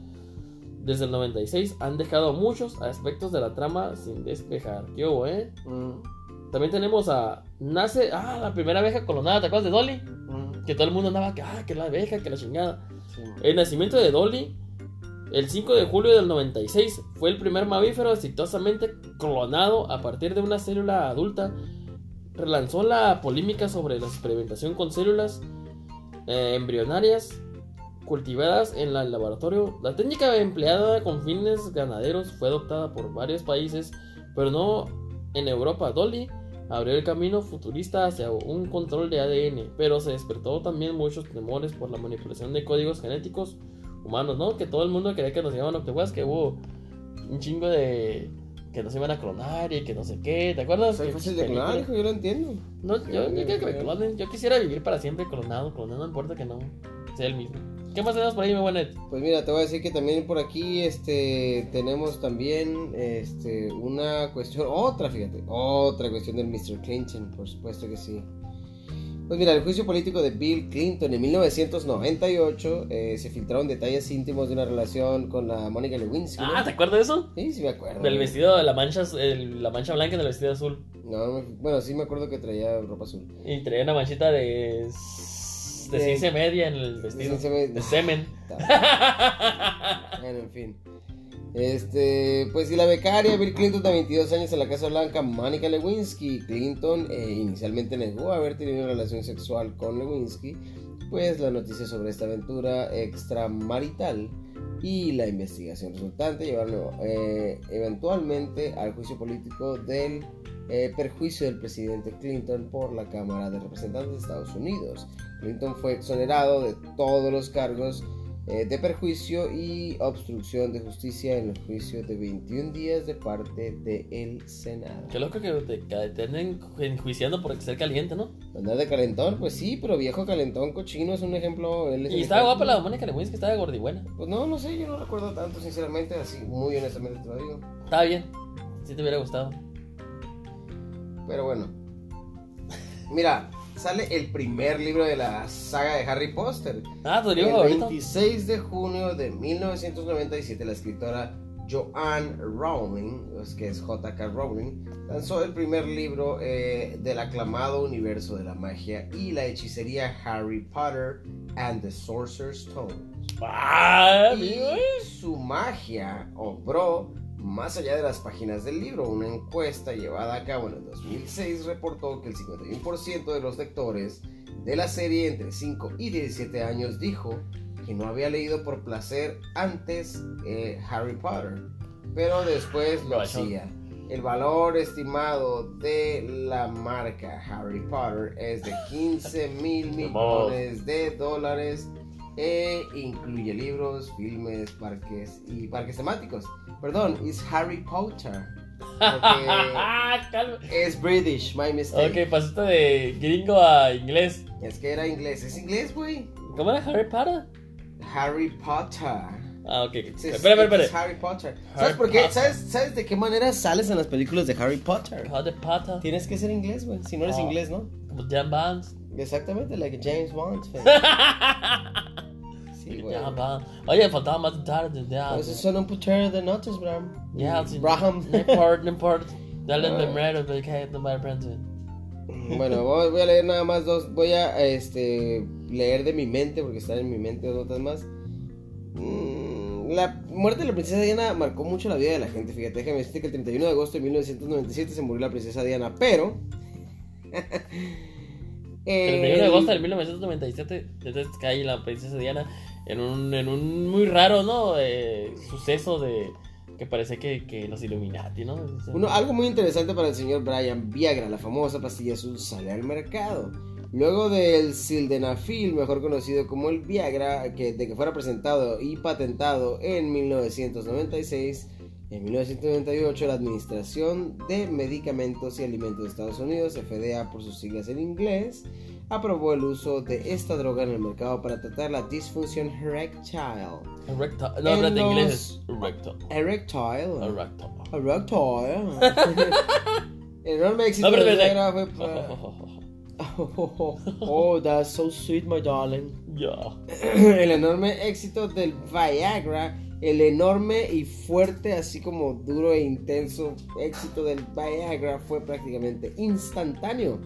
desde el 96 han dejado muchos aspectos de la trama sin despejar. ¿Qué hubo, eh? Mm. También tenemos a Nace, ah, la primera abeja colonada, ¿te acuerdas de Dolly? Mm. Que todo el mundo andaba que, ah, que la abeja, que la chingada. Sí. El nacimiento de Dolly, el 5 de julio del 96, fue el primer mamífero exitosamente clonado a partir de una célula adulta. Relanzó la polémica sobre la experimentación con células eh, embrionarias cultivadas en la- el laboratorio. La técnica empleada con fines ganaderos fue adoptada por varios países, pero no En Europa, Dolly abrió el camino futurista hacia un control de ADN, pero se despertó también muchos temores por la manipulación de códigos genéticos humanos, ¿no? Que todo el mundo creía que nos llamaban octeguas, que hubo un chingo de... que nos iban a clonar y que no sé qué, ¿te acuerdas? Soy Que- fácil de película. clonar, hijo, yo lo entiendo. No, yo, yo quiero que me Yo- clonen. Yo quisiera vivir para siempre clonado, clonado, no importa que no sea el mismo. ¿Qué más tenemos por ahí, mi buen Ed? Pues mira, te voy a decir que también por aquí este tenemos también este una cuestión, otra, fíjate, otra cuestión del Mr. Clinton, por supuesto que sí. Pues mira, el juicio político de Bill Clinton en 1998 eh, se filtraron detalles íntimos de una relación con la Mónica Lewinsky. ¿no? Ah, ¿te acuerdas de eso? Sí, sí me acuerdo. Del vestido, la mancha, el- la mancha blanca en el vestido azul. No, me- bueno, sí me acuerdo que traía ropa azul. Y traía una manchita de. s- de De- ciencia media en el vestido. Sí, se me- De semen. Bueno, en fin. Este, pues y la becaria Bill Clinton de 22 años en la Casa Blanca, Mónica Lewinsky. Clinton eh, inicialmente negó haber tenido una relación sexual con Lewinsky, pues la noticia sobre esta aventura extramarital y la investigación resultante llevaron eh, eventualmente al juicio político del eh, perjuicio del presidente Clinton por la Cámara de Representantes de Estados Unidos. Clinton fue exonerado de todos los cargos eh, de perjuicio y obstrucción de justicia en el juicio de 21 días de parte del Senado. Qué loco que te, que te anden enjuiciando por ser caliente, ¿no? ¿Andar de calentón? Pues sí, pero viejo calentón cochino es un ejemplo. él es Y un estaba ejemplo. guapa la Mónica Lewinsky, estaba gordibuena. Pues no, no sé, yo no recuerdo tanto, sinceramente, así, muy honestamente te lo digo. Estaba bien. Si te hubiera gustado. Pero bueno. <laughs> Mira, sale el primer libro de la saga de Harry Potter. Ah, tu libro El favorito. 26 de junio de 1997, la escritora Joanne Rowling, pues, que es J.K. Rowling, lanzó el primer libro eh, del aclamado universo de la magia y la hechicería Harry Potter and the Sorcerer's Stone. Ah, Y <laughs> amigo. su magia obró más allá de las páginas del libro. Una encuesta llevada a cabo en el 2006 reportó que el 51% de los lectores de la serie entre 5 y 17 años dijo que no había leído por placer antes eh, Harry Potter, pero después lo Gabacho. hacía. El valor estimado de la marca Harry Potter es de <laughs> 15 mil Vamos. millones de dólares e incluye libros, filmes, parques y parques temáticos. Perdón, es Harry Potter. <laughs> Porque Ah, Calma. es British, my mistake. Ok, pasaste de gringo a inglés. Es que era inglés. Es inglés, güey. ¿Cómo era Harry Potter? Harry Potter. Ah, ok. Es- Espera, espera, es espera. Harry Potter. Harry ¿Sabes por qué? Potter. ¿Sabes, ¿Sabes de qué manera sales en las películas de Harry Potter? Oh. Harry Potter. Tienes que ser inglés, güey. Si no eres Ah. inglés, ¿no? Como Jan Barnes. <laughs> Exactamente, Mm. like James Bond. güey. sí, güey. Jan Barnes. Oye, faltaba más tarde. A Ya, veces son un putero de noches, Bram. ya, sí. <laughs> Braham. No importa, no importa. Dale el Ah. membrero, pero que no me Eh. aprende. <laughs> Bueno, voy, voy a leer nada más dos. Voy a este, leer de mi mente, porque están en mi mente dos notas más. Mm, La muerte de la princesa Diana marcó mucho la vida de la gente. Fíjate, déjame decirte que el 31 de agosto de 1997 se murió la princesa Diana, pero. <laughs> 31 31 de agosto de 1997, entonces cae la princesa Diana en un, en un muy raro, ¿no? Eh, suceso de que parece que, que los Illuminati, ¿no? Uno- ah, algo muy interesante para el señor Brian Viagra, la famosa pastilla azul, sale al mercado. Luego del sildenafil, mejor conocido como el Viagra, que, de que fuera presentado y patentado en 1996, en 1998 la Administración de Medicamentos y Alimentos de Estados Unidos, FDA por sus siglas en inglés, aprobó el uso de esta droga en el mercado para tratar la disfunción erectile. Erecto- No, espérate, en en inglés los- Eh. es recto. Erectile. Erecto. Rocktor. ¿eh? <laughs> El enorme éxito No, pero de espérate. oh, Viagra fue pues, para- <laughs> Oh, oh, oh. Oh, that's so sweet, my darling. <laughs> <clears throat> Ya. El enorme éxito del Viagra, el enorme y fuerte, así como duro e intenso éxito del Viagra fue prácticamente instantáneo.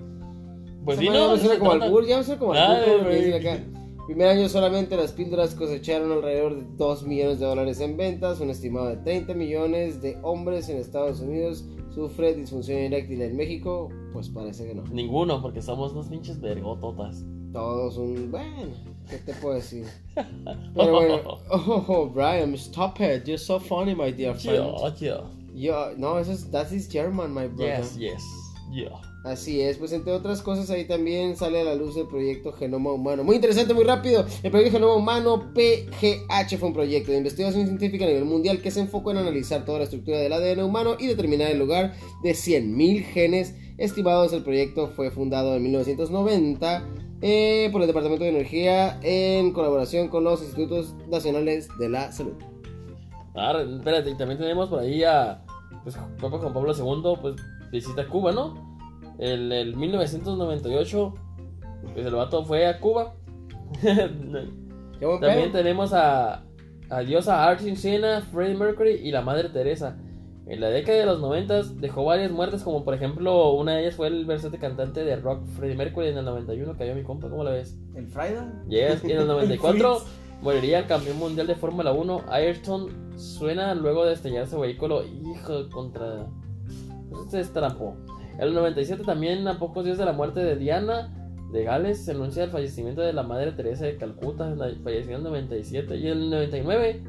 Pues Esa sí, madre no, ya me eso suena se como trata. albur, ya me suena como Ah, albur, como lo que güey. dicen acá. Primer año solamente las píldoras cosecharon alrededor de 2 millones de dólares en ventas, un estimado de 30 millones de hombres en Estados Unidos sufre disfunción eréctil en México, pues parece que no. Ninguno, porque somos unos pinches vergototas. Todos un bueno, ¿qué te puedo decir? <laughs> Pero bueno, oh, oh, oh, Brian, stop it, you're so funny, my dear friend. Chido, chido. Yo, no, eso es, that is German, my brother. Yes, yes. Yeah. Así es, pues entre otras cosas ahí también sale a la luz el proyecto Genoma Humano. Muy interesante, muy rápido. El proyecto Genoma Humano PGH fue un proyecto de investigación científica a nivel mundial que se enfocó en analizar toda la estructura del ADN humano y determinar el lugar de 100.000 genes estimados. El proyecto fue fundado en 1990 eh, por el Departamento de Energía en colaboración con los Institutos Nacionales de la Salud. Ah, espérate, y también tenemos por ahí a pues, Papa Juan Pablo II, pues visita Cuba, ¿no? El, el 1998, pues el vato fue a Cuba. <laughs> Qué buen también pedo. tenemos a, a Diosa Archie Senna, Freddie Mercury y la Madre Teresa. En la década de los 90 dejó varias muertes, como por ejemplo, una de ellas fue el versante cantante de rock Freddie Mercury en el 91, cayó mi compa, ¿cómo la ves? ¿El Friday? Yes, y en el 94 moriría el campeón mundial de Fórmula 1, Ayrton suena luego de estrellar su vehículo, hijo contra... Pues este es trampo. En el 97 también, a pocos días de la muerte de Diana de Gales, se anuncia el fallecimiento de la madre Teresa de Calcuta, la- falleció en el 97, y en el 99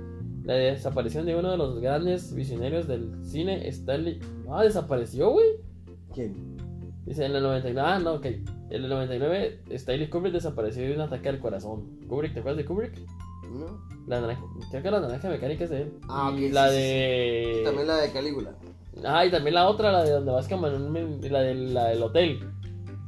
la desaparición de uno de los grandes visionarios del cine, Stanley... Ah, desapareció, güey. ¿Quién? Dice, en el 99, ah, no, ok. En el 99, Stanley Kubrick desapareció de un ataque al corazón. Kubrick, ¿te acuerdas de Kubrick? ¿No? La naranja, creo que la naranja mecánica es de él. Ah, ok, Y sí, la sí, de... También la de Calígula. Ah, y también la otra, la de donde vas camarón, la, de, la del hotel.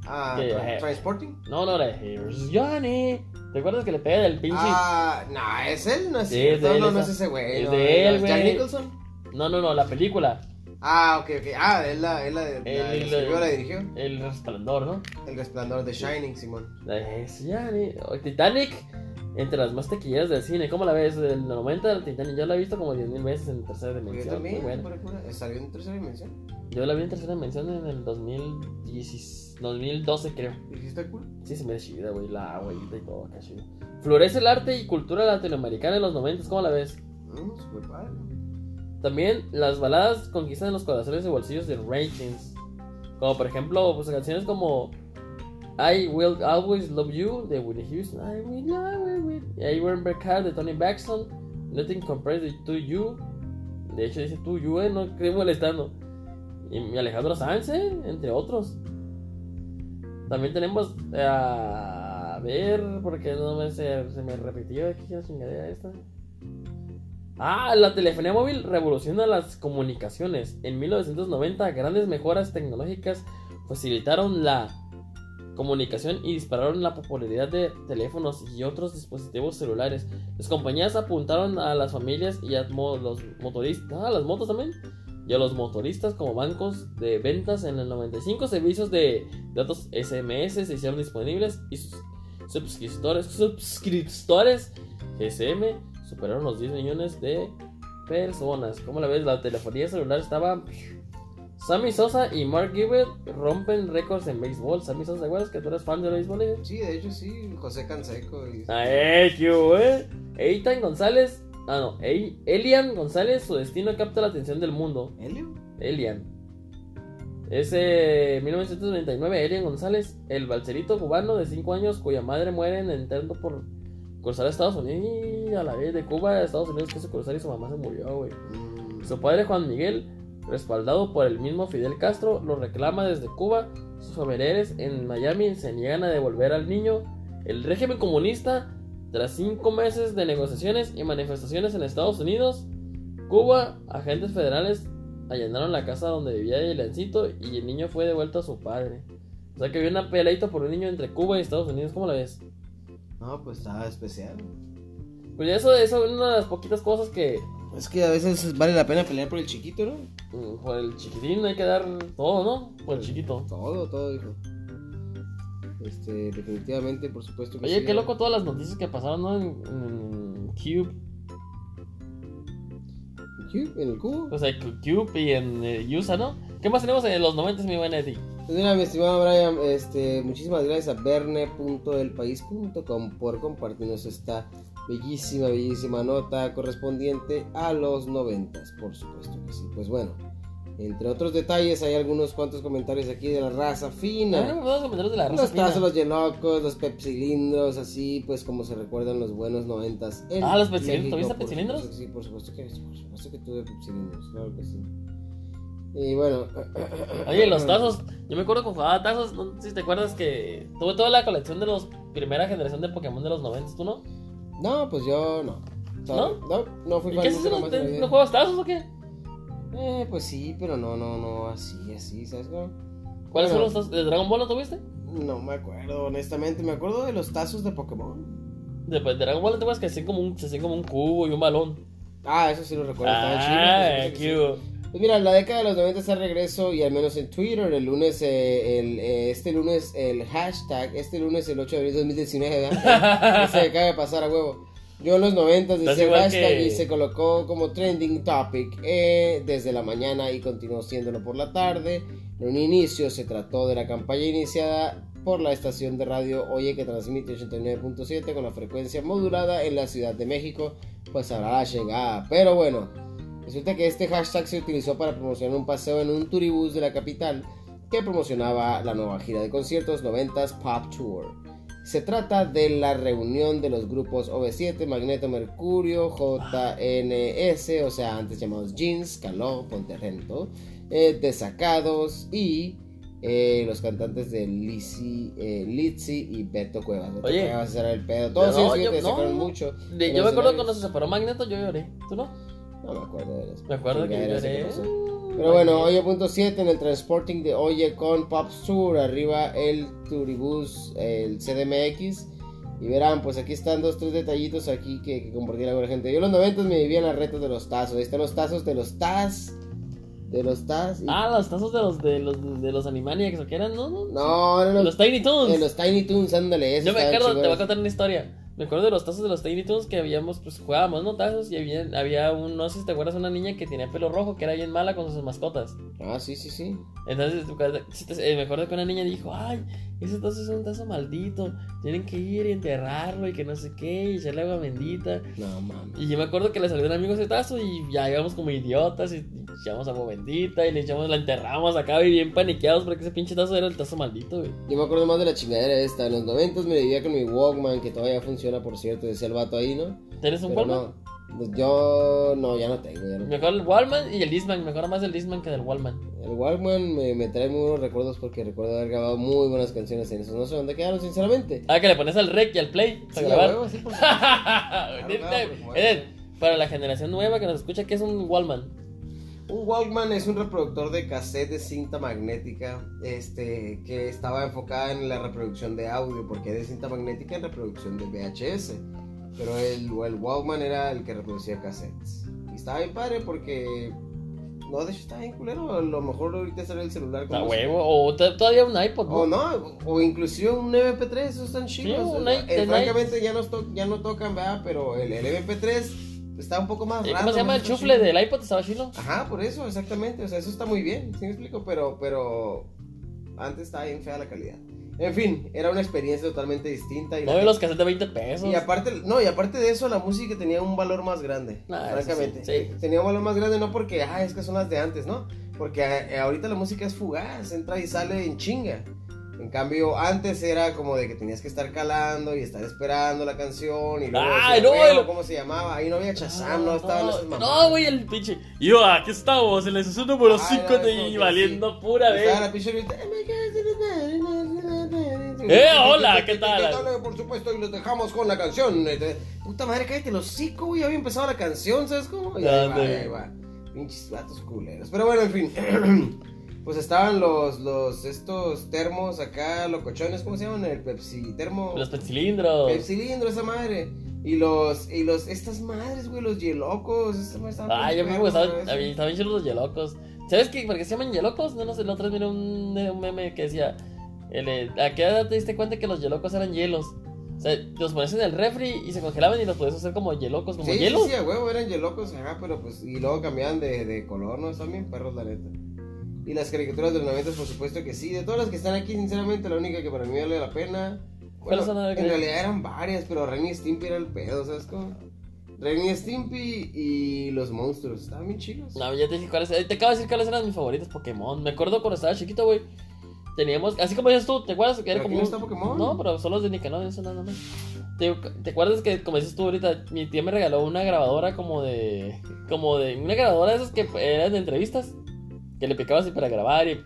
Ah, ¿Qué? tra- Transporting. No, no, la de Here's Johnny. ¿Te acuerdas que le pega del pinche? Ah, no, es él, no es Sí, cierto. es de él no, no es esa. ese güey. Es no, de no, él, ¿es güey. Jack Nicholson. No, no, no, la película. Ah, ok, ok. Ah, es la, es la, de- la, Él- que escribió, la dirigió. El resplandor, ¿no? El resplandor de Shining, Simón. La de Here's Johnny. O Titanic, entre las más tequilleras del cine. ¿Cómo la ves? Del 90 el Titanic, yo la he visto como 10.000 veces en tercera Porque yo dimensión. Muy buena. también, pura cura. Salió en tercera dimensión. Yo la vi en tercera mención en el 2010, 2012, creo. ¿Dijiste culo? Sí, se me hace chida, güey, la abuelita y todo, acá chido. Florece el arte y cultura latinoamericana en los 90, ¿cómo la ves? Mm, super padre. También las baladas conquistan los corazones y bolsillos de ratings. Como por ejemplo, pues canciones como I Will Always Love You de Whitney Houston, I Will Always Love You, I Remember Car de Tony Braxton, Nothing Compares to You, de hecho dice To You, eh, no estoy molestando, y Alejandro Sanz, eh, entre otros. También tenemos, eh, a ver, porque no me se, se me repitió aquí la chingadera esta. Ah, la telefonía móvil revoluciona las comunicaciones. En 1990, grandes mejoras tecnológicas facilitaron la comunicación y dispararon la popularidad de teléfonos y otros dispositivos celulares. Las compañías apuntaron a las familias y a mo- los motoristas, ah, las motos también, y a los motoristas como bancos de ventas. En el 95, servicios de datos SMS se hicieron disponibles y sus suscriptores, suscriptores GSM superaron los 10 millones de personas. ¿Cómo la ves? La telefonía celular estaba. Sammy Sosa y Mark Gibbett rompen récords en béisbol. Sammy Sosa, ¿te acuerdas que tú eres fan del béisbol? eh? Sí, de hecho sí, José Canseco. Y... Ah, eh, qué hubo, eh. Eitan González. Ah, no. Ei- Elian González, su destino capta la atención del mundo. ¿Helio? Elian. Ese 1999, Elian González, el balserito cubano de 5 años cuya madre muere en entrando por cruzar a Estados Unidos y a la vez de Cuba a Estados Unidos quiso cruzar y su mamá se murió, güey. Mm, Su padre Juan Miguel, respaldado por el mismo Fidel Castro, lo reclama desde Cuba. Sus familiares en Miami se niegan a devolver al niño. El régimen comunista, tras cinco meses de negociaciones y manifestaciones en Estados Unidos, Cuba, agentes federales allanaron la casa donde vivía el Lancito y el niño fue devuelto a su padre. O sea que había una peleita por un niño entre Cuba y Estados Unidos, ¿cómo la ves? No, pues estaba especial. Pues eso, eso es una de las poquitas cosas que Es que a veces vale la pena pelear por el chiquito, ¿no? mm, por el chiquitín hay que dar todo, ¿no? Por el chiquito. Todo, todo, hijo. Este, definitivamente, por supuesto que Oye, sí. qué loco todas las noticias que pasaron, ¿no? En, en Cube. Cube, En el cubo. O sea, Cu- Cube y en eh, USA, ¿no? ¿Qué más tenemos en los 90, mi buen Eddie? Pues mira, mi estimado Brian, este, muchísimas gracias a verne.elpaís.com por compartirnos esta bellísima, bellísima nota correspondiente a los noventas, por supuesto que sí. Pues bueno, entre otros detalles hay algunos cuantos comentarios aquí de la raza A mí no me fina. gustan los comentarios de Ah, la raza Los fina. tazos, los yenocos, los pepsilindros, así pues como se recuerdan los buenos noventas. en Ah, los Pepsilindros, México, ¿tuviste por Pepsilindros? supuesto que Sí, por supuesto que, por supuesto que tuve pepsilindros, claro que sí. Y bueno. Oye, <clears throat> los tazos. Yo me acuerdo que jugaba tazos. No sé si te acuerdas que tuve toda la colección de los primera generación de Pokémon de los 90, ¿tú no? No, pues yo no. ¿No? No, no fui ¿Y fan qué nunca haces? ¿No, nomás de la te- vida. no juegas tazos o qué? Eh, pues sí, pero no, no, no, así, así, ¿sabes cómo? ¿Cuáles Bueno. fueron los tazos? ¿De Dragon Ball no tuviste? No me acuerdo, honestamente. Me acuerdo de los tazos de Pokémon. De, pues, de Dragon Ball no te acuerdas que hacían como un, se hacían como un cubo y un balón. Ah, eso sí lo recuerdo. estaban Ah, chidos, qué eso sí. hubo. Pues mira, la década de los 90 está de regreso y al menos en Twitter el lunes, eh, el, eh, este lunes, el hashtag, este lunes, el 8 de abril de <laughs> 2019, ¿verdad? se acaba de pasar a huevo. Yo en los 90 Estás dice igual hashtag que- y se colocó como trending topic eh, desde la mañana y continuó siéndolo por la tarde. En un inicio se trató de la campaña iniciada por la estación de radio Oye que transmite 89.7 con la frecuencia modulada en la Ciudad de México, pues a la llegada. Pero bueno, resulta que este hashtag se utilizó para promocionar un paseo en un turibús de la capital que promocionaba la nueva gira de conciertos 90s Pop Tour. Se trata de la reunión de los grupos OV7, Magneto Mercurio, JNS, o sea, antes llamados Jeans, Caló, Ponterrento, eh, Desacados y eh, los cantantes de Lizzy, eh, Litzy y Beto Cuevas. Beto Oye. Cuevas era el pedo. Todos No, ellos yo- fíjate, se no, fueron no. mucho. De- en yo los me acuerdo escenarios. cuando se separó Magneto, yo lloré. ¿Tú no? No me acuerdo de eso. Me acuerdo que lloré. Uh, Pero bueno, Oye.7 en el transporting de Oye con Pop Tour, arriba el Turibus, el CDMX. Y verán, pues aquí están dos, tres detallitos aquí que, que compartieron con la gente. Yo en los 90 me vivía en las retas de los tazos. Ahí están los tazos de los taz. De los taz. y- Ah, los tazos de los, de los, de los Animaniacs, ¿o qué eran? No, no. no, eran los, Los Tiny Toons. de los Tiny Toons, ándale. esos Yo me estaban acuerdo, te voy a chingones. contar una historia. Me acuerdo de los tazos de los Tiny Toons que habíamos, pues jugábamos, ¿no? Tazos y había, había un, no sé si te acuerdas, una niña que tenía pelo rojo, que era bien mala con sus mascotas. Ah, sí, sí, sí. Entonces, tu casa- si te- eh, me acuerdo que una niña dijo, ay, ese tazo es un tazo maldito, tienen que ir y enterrarlo y que no sé qué, y echarle agua bendita. No mames. Y yo me acuerdo que le salió un amigo ese tazo y ya íbamos como idiotas y, y echamos agua bendita y le echamos, la enterramos acá y bien paniqueados porque ese pinche tazo era el tazo maldito, güey. Yo me acuerdo más de la chingadera esta. En los 90 me vivía con mi Walkman, que todavía funciona, por cierto. Decía el vato ahí, ¿no? ¿Tienes un Pero Walmart? no, yo no, ya no tengo. ya no. Mejor el Wallman y el Disman. Me acuerdo más del Disman que del Wallman. El Walkman me, me trae muy buenos recuerdos porque recuerdo haber grabado muy buenas canciones en eso. No sé dónde quedaron, sinceramente. Ah, que le pones al rec y al play Sí, para <laughs> a grabar. huevo, sí, por supuesto. Ahorita, claro, por supuesto. Eden, para la generación nueva que nos escucha, ¿qué es un Wallman? Un Walkman es un reproductor de cassette de cinta magnética este, que estaba enfocada en la reproducción de audio, porque de cinta magnética en reproducción de VHS. Pero el, el Walkman era el que reproducía cassettes. Y estaba bien padre porque. No, de hecho estaba bien culero. A lo mejor ahorita sale el celular La como si- huevo. O to- todavía un iPod. ¿no? O Oh, no, o inclusive un MP3, esos están Sí, chidos. un o sea, Night- eh, Night. francamente ya, nos to- ya no tocan, ¿verdad? Pero el, el MP3 está un poco más Eh, raro. ¿Cómo se llama más el chufle chido. del iPod? Estaba chilo. Ajá, por eso, exactamente. O sea, eso está muy bien, ¿sí me explico? Pero, pero antes estaba bien fea la calidad. En fin, era una experiencia totalmente distinta. Y, la No veo gente- los cassettes de 20 pesos. y aparte, no, y aparte de eso, la música tenía un valor más grande, Ah, eso francamente. sí, sí. Tenía un valor más grande no porque, ah, es que son las de antes, ¿no? Porque eh, ahorita la música es fugaz, entra y sale en chinga. En cambio, antes era como de que tenías que estar calando y estar esperando la canción y luego Ah, decía, no, "Bueno, el- ¿cómo se llamaba? Ahí no había Chazam, no estaban esas no, mamadas. güey, el pinche. Yo, "Ah, aquí estamos, el Jesús número Ay, 5 de no, eso y que Pues valiendo pura Estaba vez. la pinche ahorita, "Oh my God". Eh, hola, ¿qué tal? Por supuesto, y los dejamos con la canción. eh, Puta madre, cállate los hocico, güey. Había empezado la canción, ¿sabes cómo? Y ahí va, Ándale. ahí va. Pinches vatos culeros. Pero bueno, en fin. <clears throat> Pues estaban los, los, estos termos acá, locochones, ¿cómo se llaman? El Pepsi termo. Los pencilindros. El cilindro, esa madre. Y los, y los, estas madres, güey, los yelocos. Estas madres estaban Ah, tan yo me perros, gustaba, ¿sabes? a mí estaban chidos los yelocos. ¿Sabes qué? ¿Por qué se llaman yelocos? No, no sé, la otra vez miré un, un meme que decía, el, eh, ¿a qué edad te diste cuenta que los yelocos eran hielos? O sea, los ponías en el refri y se congelaban y los podías hacer como yelocos, como Sí, sí, hielos. sí, a huevo, eran yelocos, ajá, pero pues, y luego cambiaban de, de color, ¿no? Están bien perros, la neta. Y las caricaturas de los 90, por supuesto que sí. De todas las que están aquí, sinceramente, la única que para mí vale la pena. Bueno, ¿Cuáles son las en que- realidad eran varias, pero Ren y Stimpy era el pedo, ¿sabes cómo? Ren y Stimpy y los monstruos, estaban bien chidos. No, ya te dije cuáles, eh, te acabo de decir cuáles eran mis favoritos Pokémon. Me acuerdo cuando estaba chiquito, güey. Teníamos, así como dices tú, ¿te acuerdas que era Pero aquí como no un- está Pokémon. No, pero son los de Nicanor, eso nada más. ¿Te, te acuerdas que, como dices tú ahorita, mi tía me regaló una grabadora como de. como de. una grabadora de esas que eran de entrevistas? que le picaba así para grabar y...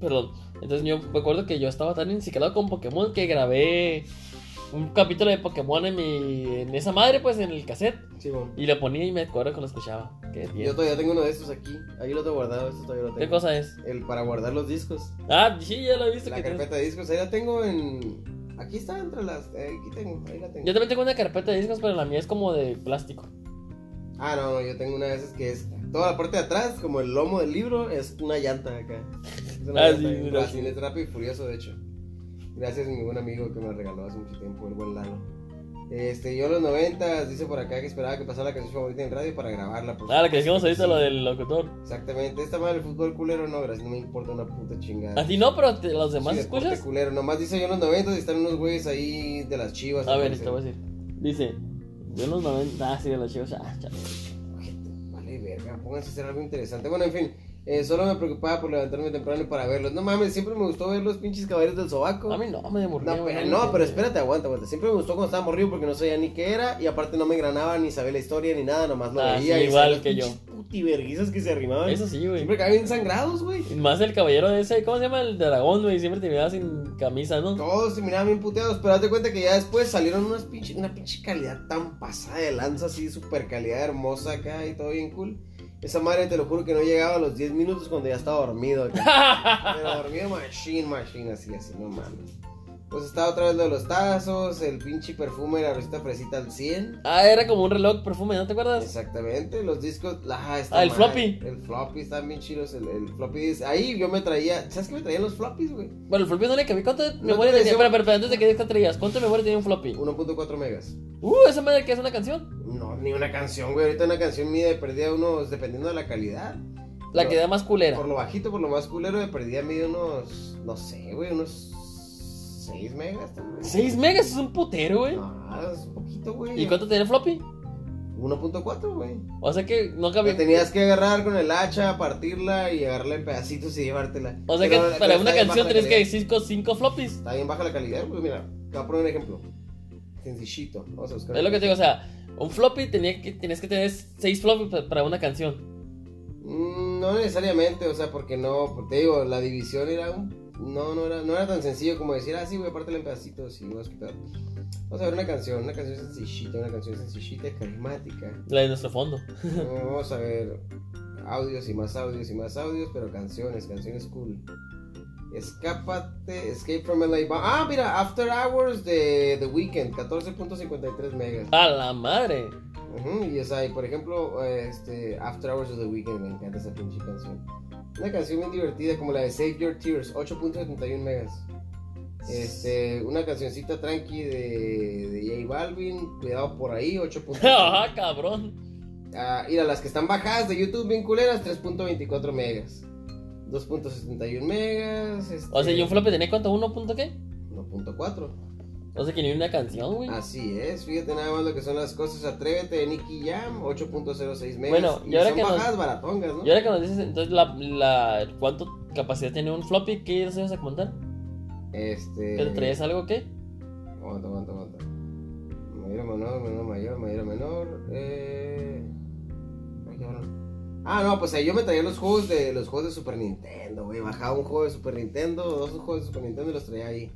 Perdón. Entonces yo me acuerdo que yo estaba tan enciclado con Pokémon que grabé un capítulo de Pokémon en mi... En esa madre, pues, en el cassette. Simón. Y lo ponía y me acuerdo que lo escuchaba. Qué bien. Yo todavía tengo uno de estos aquí. Ahí lo tengo guardado, esto todavía lo ¿Qué tengo. cosa es? El para guardar los discos. Ah, sí, ya lo he visto. La que tienes. carpeta de discos, ahí la tengo en. Aquí está entre las. eh, aquí tengo, ahí la tengo. Yo también tengo una carpeta de discos, pero la mía es como de plástico. Ah, no, no, yo tengo una de esas que es. Toda la parte de atrás, como el lomo del libro, es una llanta acá. Es una Ah, llanta. sí, bien mira, fácil, es rápido y furioso, de hecho. Gracias a mi buen amigo que me la regaló hace mucho tiempo, el buen Lalo. Este, yo en los 90 dice por acá que esperaba que pasara la canción favorita en radio para grabarla. por Ah, la que decimos supuesto. ahorita, lo del locutor. Exactamente, esta madre del fútbol culero no, gracias, no me importa una puta chingada. A ti Ah, no, pero te- los demás Ah. Sí, deporte escuchas. culero, nomás dice yo en los 90 y están unos güeyes ahí de las chivas. A ver, parece. te voy a decir. Dice, yo en los 90. Ah, sí, de los chicos. Ah, chale. Gente, Vale, verga, pónganse a hacer algo interesante. Bueno, en fin, eh, solo me preocupaba por levantarme temprano para verlos. No mames, siempre me gustó ver los pinches caballeros del sobaco. A mí no, me no, aburrió. pero, güey. no, pero espérate, aguanta, aguanta. Siempre me gustó cuando estaba morrido porque no sabía ni qué era y aparte no me engranaba ni sabía la historia ni nada, nomás lo Ah, veía. sí, y igual sabía que los yo. pinches Putiverguizas que se arrimaban. Eso sí, güey. Siempre caían bien sangrados, güey. Y Más el caballero de ese, ¿cómo se llama? El dragón, güey. Siempre te miraba sin camisa, ¿no? Todos se miraban bien puteados, pero hazte cuenta que ya después salieron unas pinche, una pinche calidad tan pasada de lanza, así, super calidad hermosa acá y todo bien cool. Esa madre, te lo juro que no llegaba a los 10 minutos cuando ya estaba <laughs> dormido. acá. Pero dormido machine, machine, así, así, no mames. Pues estaba otra vez lo de los tazos, el pinche perfume, la rosita fresita al 100. Ah, era como un reloj perfume, ¿no te acuerdas? Exactamente, los discos, ah, esta Ah, el madre, floppy. El floppy, están bien chidos, el, el floppy. disk. Ahí yo me traía, ¿sabes qué me traían los floppies, güey? Bueno, el floppy no le cabía. ¿Cuánto te memoria tenía? decía- Espera, espera, espera, antes de que digas tonterías, ¿cuánto memoria tenía un floppy? 1.4 megas. Uh, esa madre que es una canción. No, ni una canción, güey. Ahorita una canción mía de perdida unos, dependiendo de la calidad. La Yo- que da más culera. Por lo bajito, por lo más culero, de perdida medio unos, no sé, güey, unos 6 megas tal vez. 6 megas es un putero, güey. No, es un poquito, güey. ¿Y cuánto tenía el floppy? 1.4, güey. O sea que no La cabía. tenías que agarrar con el hacha, partirla y agarrarla en pedacitos y llevártela. O sea que Pero- pero para está una bien canción baja la tenías que calidad. decir 5 floppies. Está bien baja la calidad, güey, mira. Te voy a poner un ejemplo. Sencillito. Vamos a buscar. Es lo que te digo, o sea, un floppy tenía que, tenías que tener 6 floppies pa- para una canción. Mm, No necesariamente, o sea, porque no, porque te digo, la división era un... No, no era, no era tan sencillo como decir, ah, sí, voy a partirla en pedacitos y voy a escuchar. Vamos a ver una canción, una canción sencillita, una canción sencillita y carismática. La de nuestro fondo. No, Vamos a ver audios y más audios y más audios, pero canciones, canciones cool. Escápate, Escape from LA. Ba- Ah, mira, After Hours de The Weeknd, 14.53 megas. A la madre. <laughs> Ujú, y o sea, y por ejemplo, este, After Hours of the Weekend, me encanta esa pinche canción. Una canción bien divertida como la de Save Your Tears, 8.71 megas. Este, una cancioncita tranqui de, de J Balvin, cuidado por ahí, 8.71. <laughs> Ajá, cabrón. Ah, mira, las que están bajadas de YouTube bien culeras, 3.24 megas. 2.71 megas. Este, O sea, ¿y un floppy tenía cuánto? ¿1 punto qué? 1.4. O sea, que ni una canción, güey. Así es, fíjate nada más lo que son las cosas. Atrévete de Nicky Jam, 8.06 megas. Bueno, y y ahora son que nos- bajadas baratongas, ¿no? Y ahora que nos dices, entonces, la, la, ¿cuánto capacidad tiene un floppy? ¿Qué nos ibas a contar? Este. ¿Te traías algo qué? Aguanta, aguanta, aguanta. Mayor o menor, menor o mayor, mayor o menor. Eh. ay, cabrón. Ah, no, pues ahí yo me traía los juegos de los juegos de Super Nintendo, güey. Bajaba un juego de Super Nintendo, dos juegos de Super Nintendo y los traía ahí.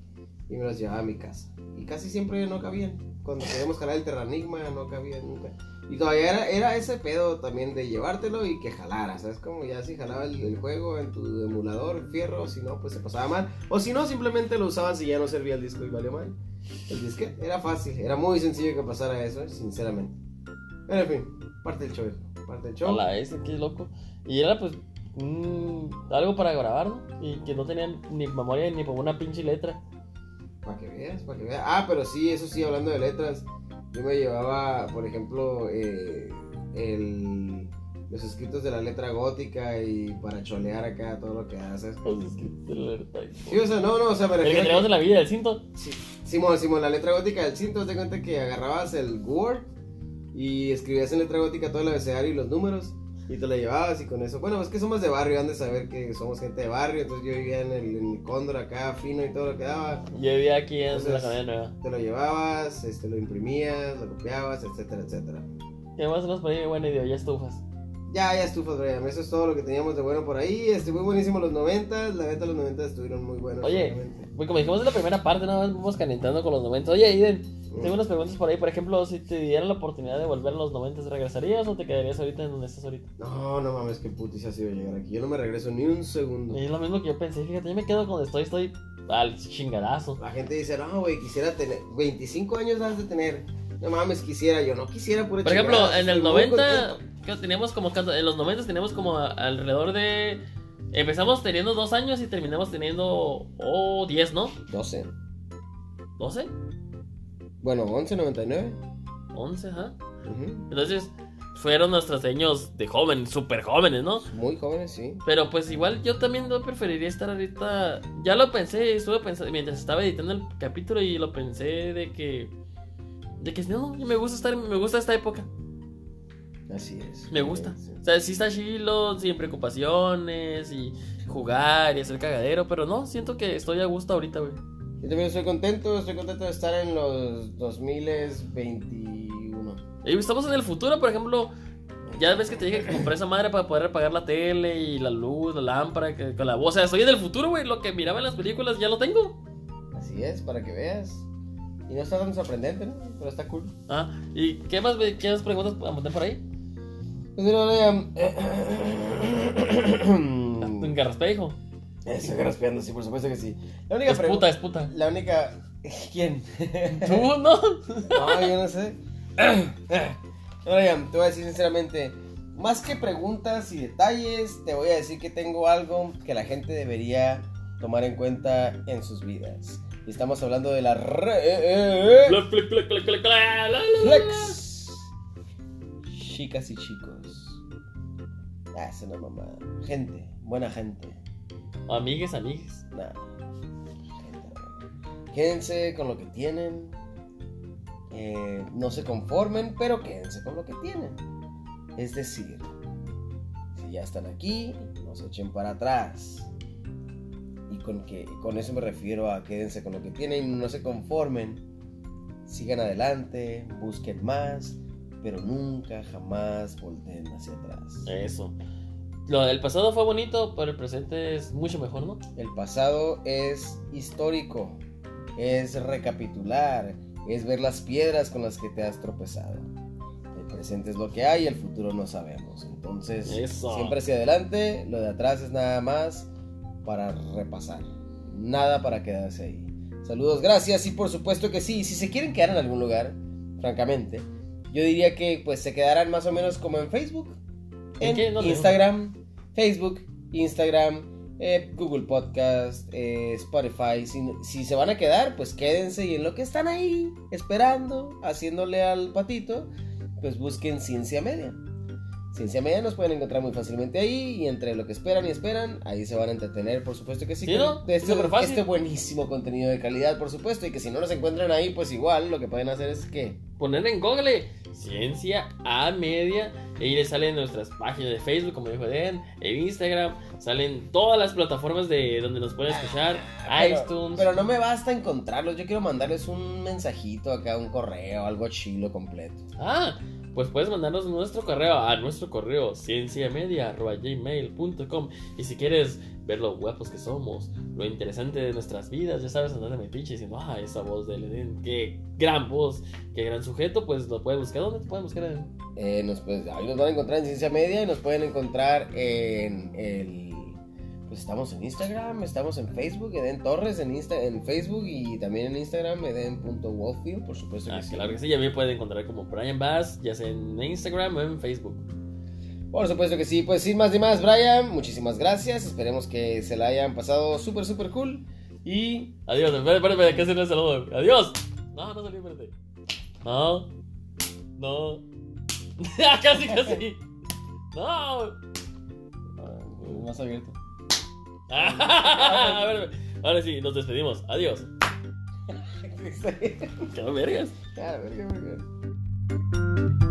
Y me los llevaba a mi casa. Y casi siempre no cabían. Cuando queríamos jalar el Terranigma, no cabía nunca. Y todavía era, era ese pedo también de llevártelo y que jalara, ¿sabes? Como ya si jalaba el, el juego en tu emulador, fierro, si no, pues se pasaba mal. O si no, simplemente lo usabas y ya no servía el disco y valió mal. El disquete era fácil, era muy sencillo que pasara eso, eh, sinceramente. Pero en fin, parte del show, parte del A show. la vez, qué loco. Y era pues mm, algo para grabar, ¿no? Y que no tenían ni memoria ni por una pinche letra. Para que veas, para que veas. Ah, pero sí, eso sí, hablando de letras, yo me llevaba, por ejemplo, eh, el- los escritos de la letra gótica y para cholear acá todo lo que haces. Pues es que te lo verdad. Sí, o sea, no, no, o sea, me El que refiero a que- tenemos en la vida, el cinto. Sí. Simón, Simón, la letra gótica del cinto, te cuenta que agarrabas el Word y escribías en letra gótica todo el abecedario y los números y te lo llevabas y con eso. Bueno, es que somos de barrio, han de saber que somos gente de barrio, entonces yo vivía en el, en el cóndor acá, fino y todo lo que daba. Yo vivía aquí en Entonces- la colonia nueva. Te lo llevabas, este, lo imprimías, lo copiabas, etcétera, etcétera. Y además nos ponía buena idea, ya estufas. Ya, ya estuvo, Brian. Eso es todo lo que teníamos de bueno por ahí. Este, muy buenísimo los 90. La neta, los 90 estuvieron muy buenos. Oye. realmente. Güey, Pues, como dijimos en la primera parte, nada más vamos calentando con los 90. Oye, Iden, tengo unas preguntas por ahí. Por ejemplo, si te dieran la oportunidad de volver a los 90, ¿regresarías o te quedarías ahorita en donde estás ahorita? No, no mames, qué putiza ha sido llegar aquí. Yo no me regreso ni un segundo. Y es lo mismo que yo pensé. Fíjate, yo me quedo donde estoy, estoy al chingadazo. La gente dice, no, güey, quisiera tener. 25 años has de tener. No mames, quisiera. Yo no quisiera, pura Por ejemplo, chingada, en el estoy muy 90, contento. ¿qué teníamos como. cuánto? En los 90 teníamos como a- alrededor de. Empezamos teniendo dos años y terminamos teniendo. Oh, 10, ¿no? 12. 12, Bueno, 11, 99. 11, ajá. Ujú. Entonces, fueron nuestros años de joven, súper jóvenes, ¿no? Muy jóvenes, sí. Pero pues igual yo también no preferiría estar ahorita. Ya lo pensé, estuve pensando mientras estaba editando el capítulo y lo pensé de que. De que no, me gusta estar, me gusta esta época. Así es. Me gusta. Sí. O sea, sí está chilo, sin preocupaciones y jugar y hacer cagadero, pero no, siento que estoy a gusto ahorita, güey. Yo también estoy contento, estoy contento de estar en los 2021. Y estamos en el futuro, por ejemplo, ya ves que te dije que compré esa madre para poder apagar la tele y la luz, la lámpara, que- con la voz. O sea, estoy en el futuro, güey. Lo que miraba en las películas ya lo tengo. Así es, para que veas. Y no está tan sorprendente, ¿no? Pero está cool. Ah, ¿y qué más, güey? qué más preguntas apunté por ahí? Pues mira, <coughs> Brian. Mm. Un garraspejo. <coughs> Estoy raspeando, sí, por supuesto que sí. La única Es puta, pregunta. es puta. <laughs> La única. ¿Quién? ¿Tú no? No, yo no sé. <clears throat> Brian, te voy a decir sinceramente, más que preguntas y detalles, te voy a decir que tengo algo que la gente debería tomar en cuenta en sus vidas. Y estamos hablando de la eh, re- Bla, bla, bla, bla, bla, bla, bla. flex. Chicas y chicos. Ah, es una mamada. Gente, buena gente. Amigues, amigues. Nah. Quédense con lo que tienen. Eh, no se conformen, pero quédense con lo que tienen. Es decir, si ya están aquí, no se echen para atrás. Y con, que, con eso me refiero a quédense con lo que tienen, no se conformen. Sigan adelante, busquen más, pero nunca jamás volteen hacia atrás. Eso. Lo del pasado fue bonito, pero el presente es mucho mejor, ¿no? El pasado es histórico, es recapitular, es ver las piedras con las que te has tropezado. El presente es lo que hay, el futuro no sabemos. Entonces, Eso. siempre hacia adelante, lo de atrás es nada más para repasar, nada para quedarse ahí. Saludos, gracias y por supuesto que sí, si se quieren quedar en algún lugar, francamente, yo diría que pues se quedarán más o menos como en Facebook, ¿En en, qué? ¿Dónde? Instagram, Facebook, Instagram, eh, Google Podcast, eh, Spotify. Si, si se van a quedar, pues quédense y en lo que están ahí, esperando, haciéndole al patito, pues busquen Ciencia Media. Ciencia Media nos pueden encontrar muy fácilmente ahí y entre lo que esperan y esperan, ahí se van a entretener, por supuesto que sí. Sí, ¿no? de este, Súper fácil. este buenísimo contenido de calidad, por supuesto, y que si no nos encuentran ahí, pues igual lo que pueden hacer es que... Poner en Google ciencia a media y ahí les salen nuestras páginas de Facebook, como dijo Den, en Instagram, salen todas las plataformas de donde nos pueden escuchar, Ah, Pero- iTunes. Pero no me basta encontrarlos, yo quiero mandarles un mensajito acá, un correo, algo chilo completo. Ah, pues puedes mandarnos nuestro correo a nuestro correo cienciamedia.gmail.com Y si quieres ver lo guapos que somos, lo interesante de nuestras vidas, ya sabes andar de metiche diciendo, ah, esa voz de Edén, qué gran voz, qué gran sujeto, pues lo puedes buscar. ¿Dónde te pueden buscar? Edén? Eh, nos, pues, ahí nos van a encontrar en Ciencia Media y nos pueden encontrar en el... Pues estamos en Instagram, estamos en Facebook, Eden Torres en, Insta, en Facebook y también en Instagram, Eden.wolffield, por supuesto que Ah, sí. claro que sí, ya me pueden encontrar como Brian Bass, ya sea en Instagram o en Facebook. Por supuesto que sí, pues sin más ni más, Brian, muchísimas gracias, esperemos que se la hayan pasado súper, súper cool y... Adiós, espérate, espérate, espérate, que hacer el saludo. Adiós. No, no salí, espérate. No. No. <laughs> casi, casi. No. ah, Más abierto. <laughs> Ah, <laughs> a ver, ahora sí, nos despedimos. Adiós. Qué vergas. Ah, Claro, verga, verga.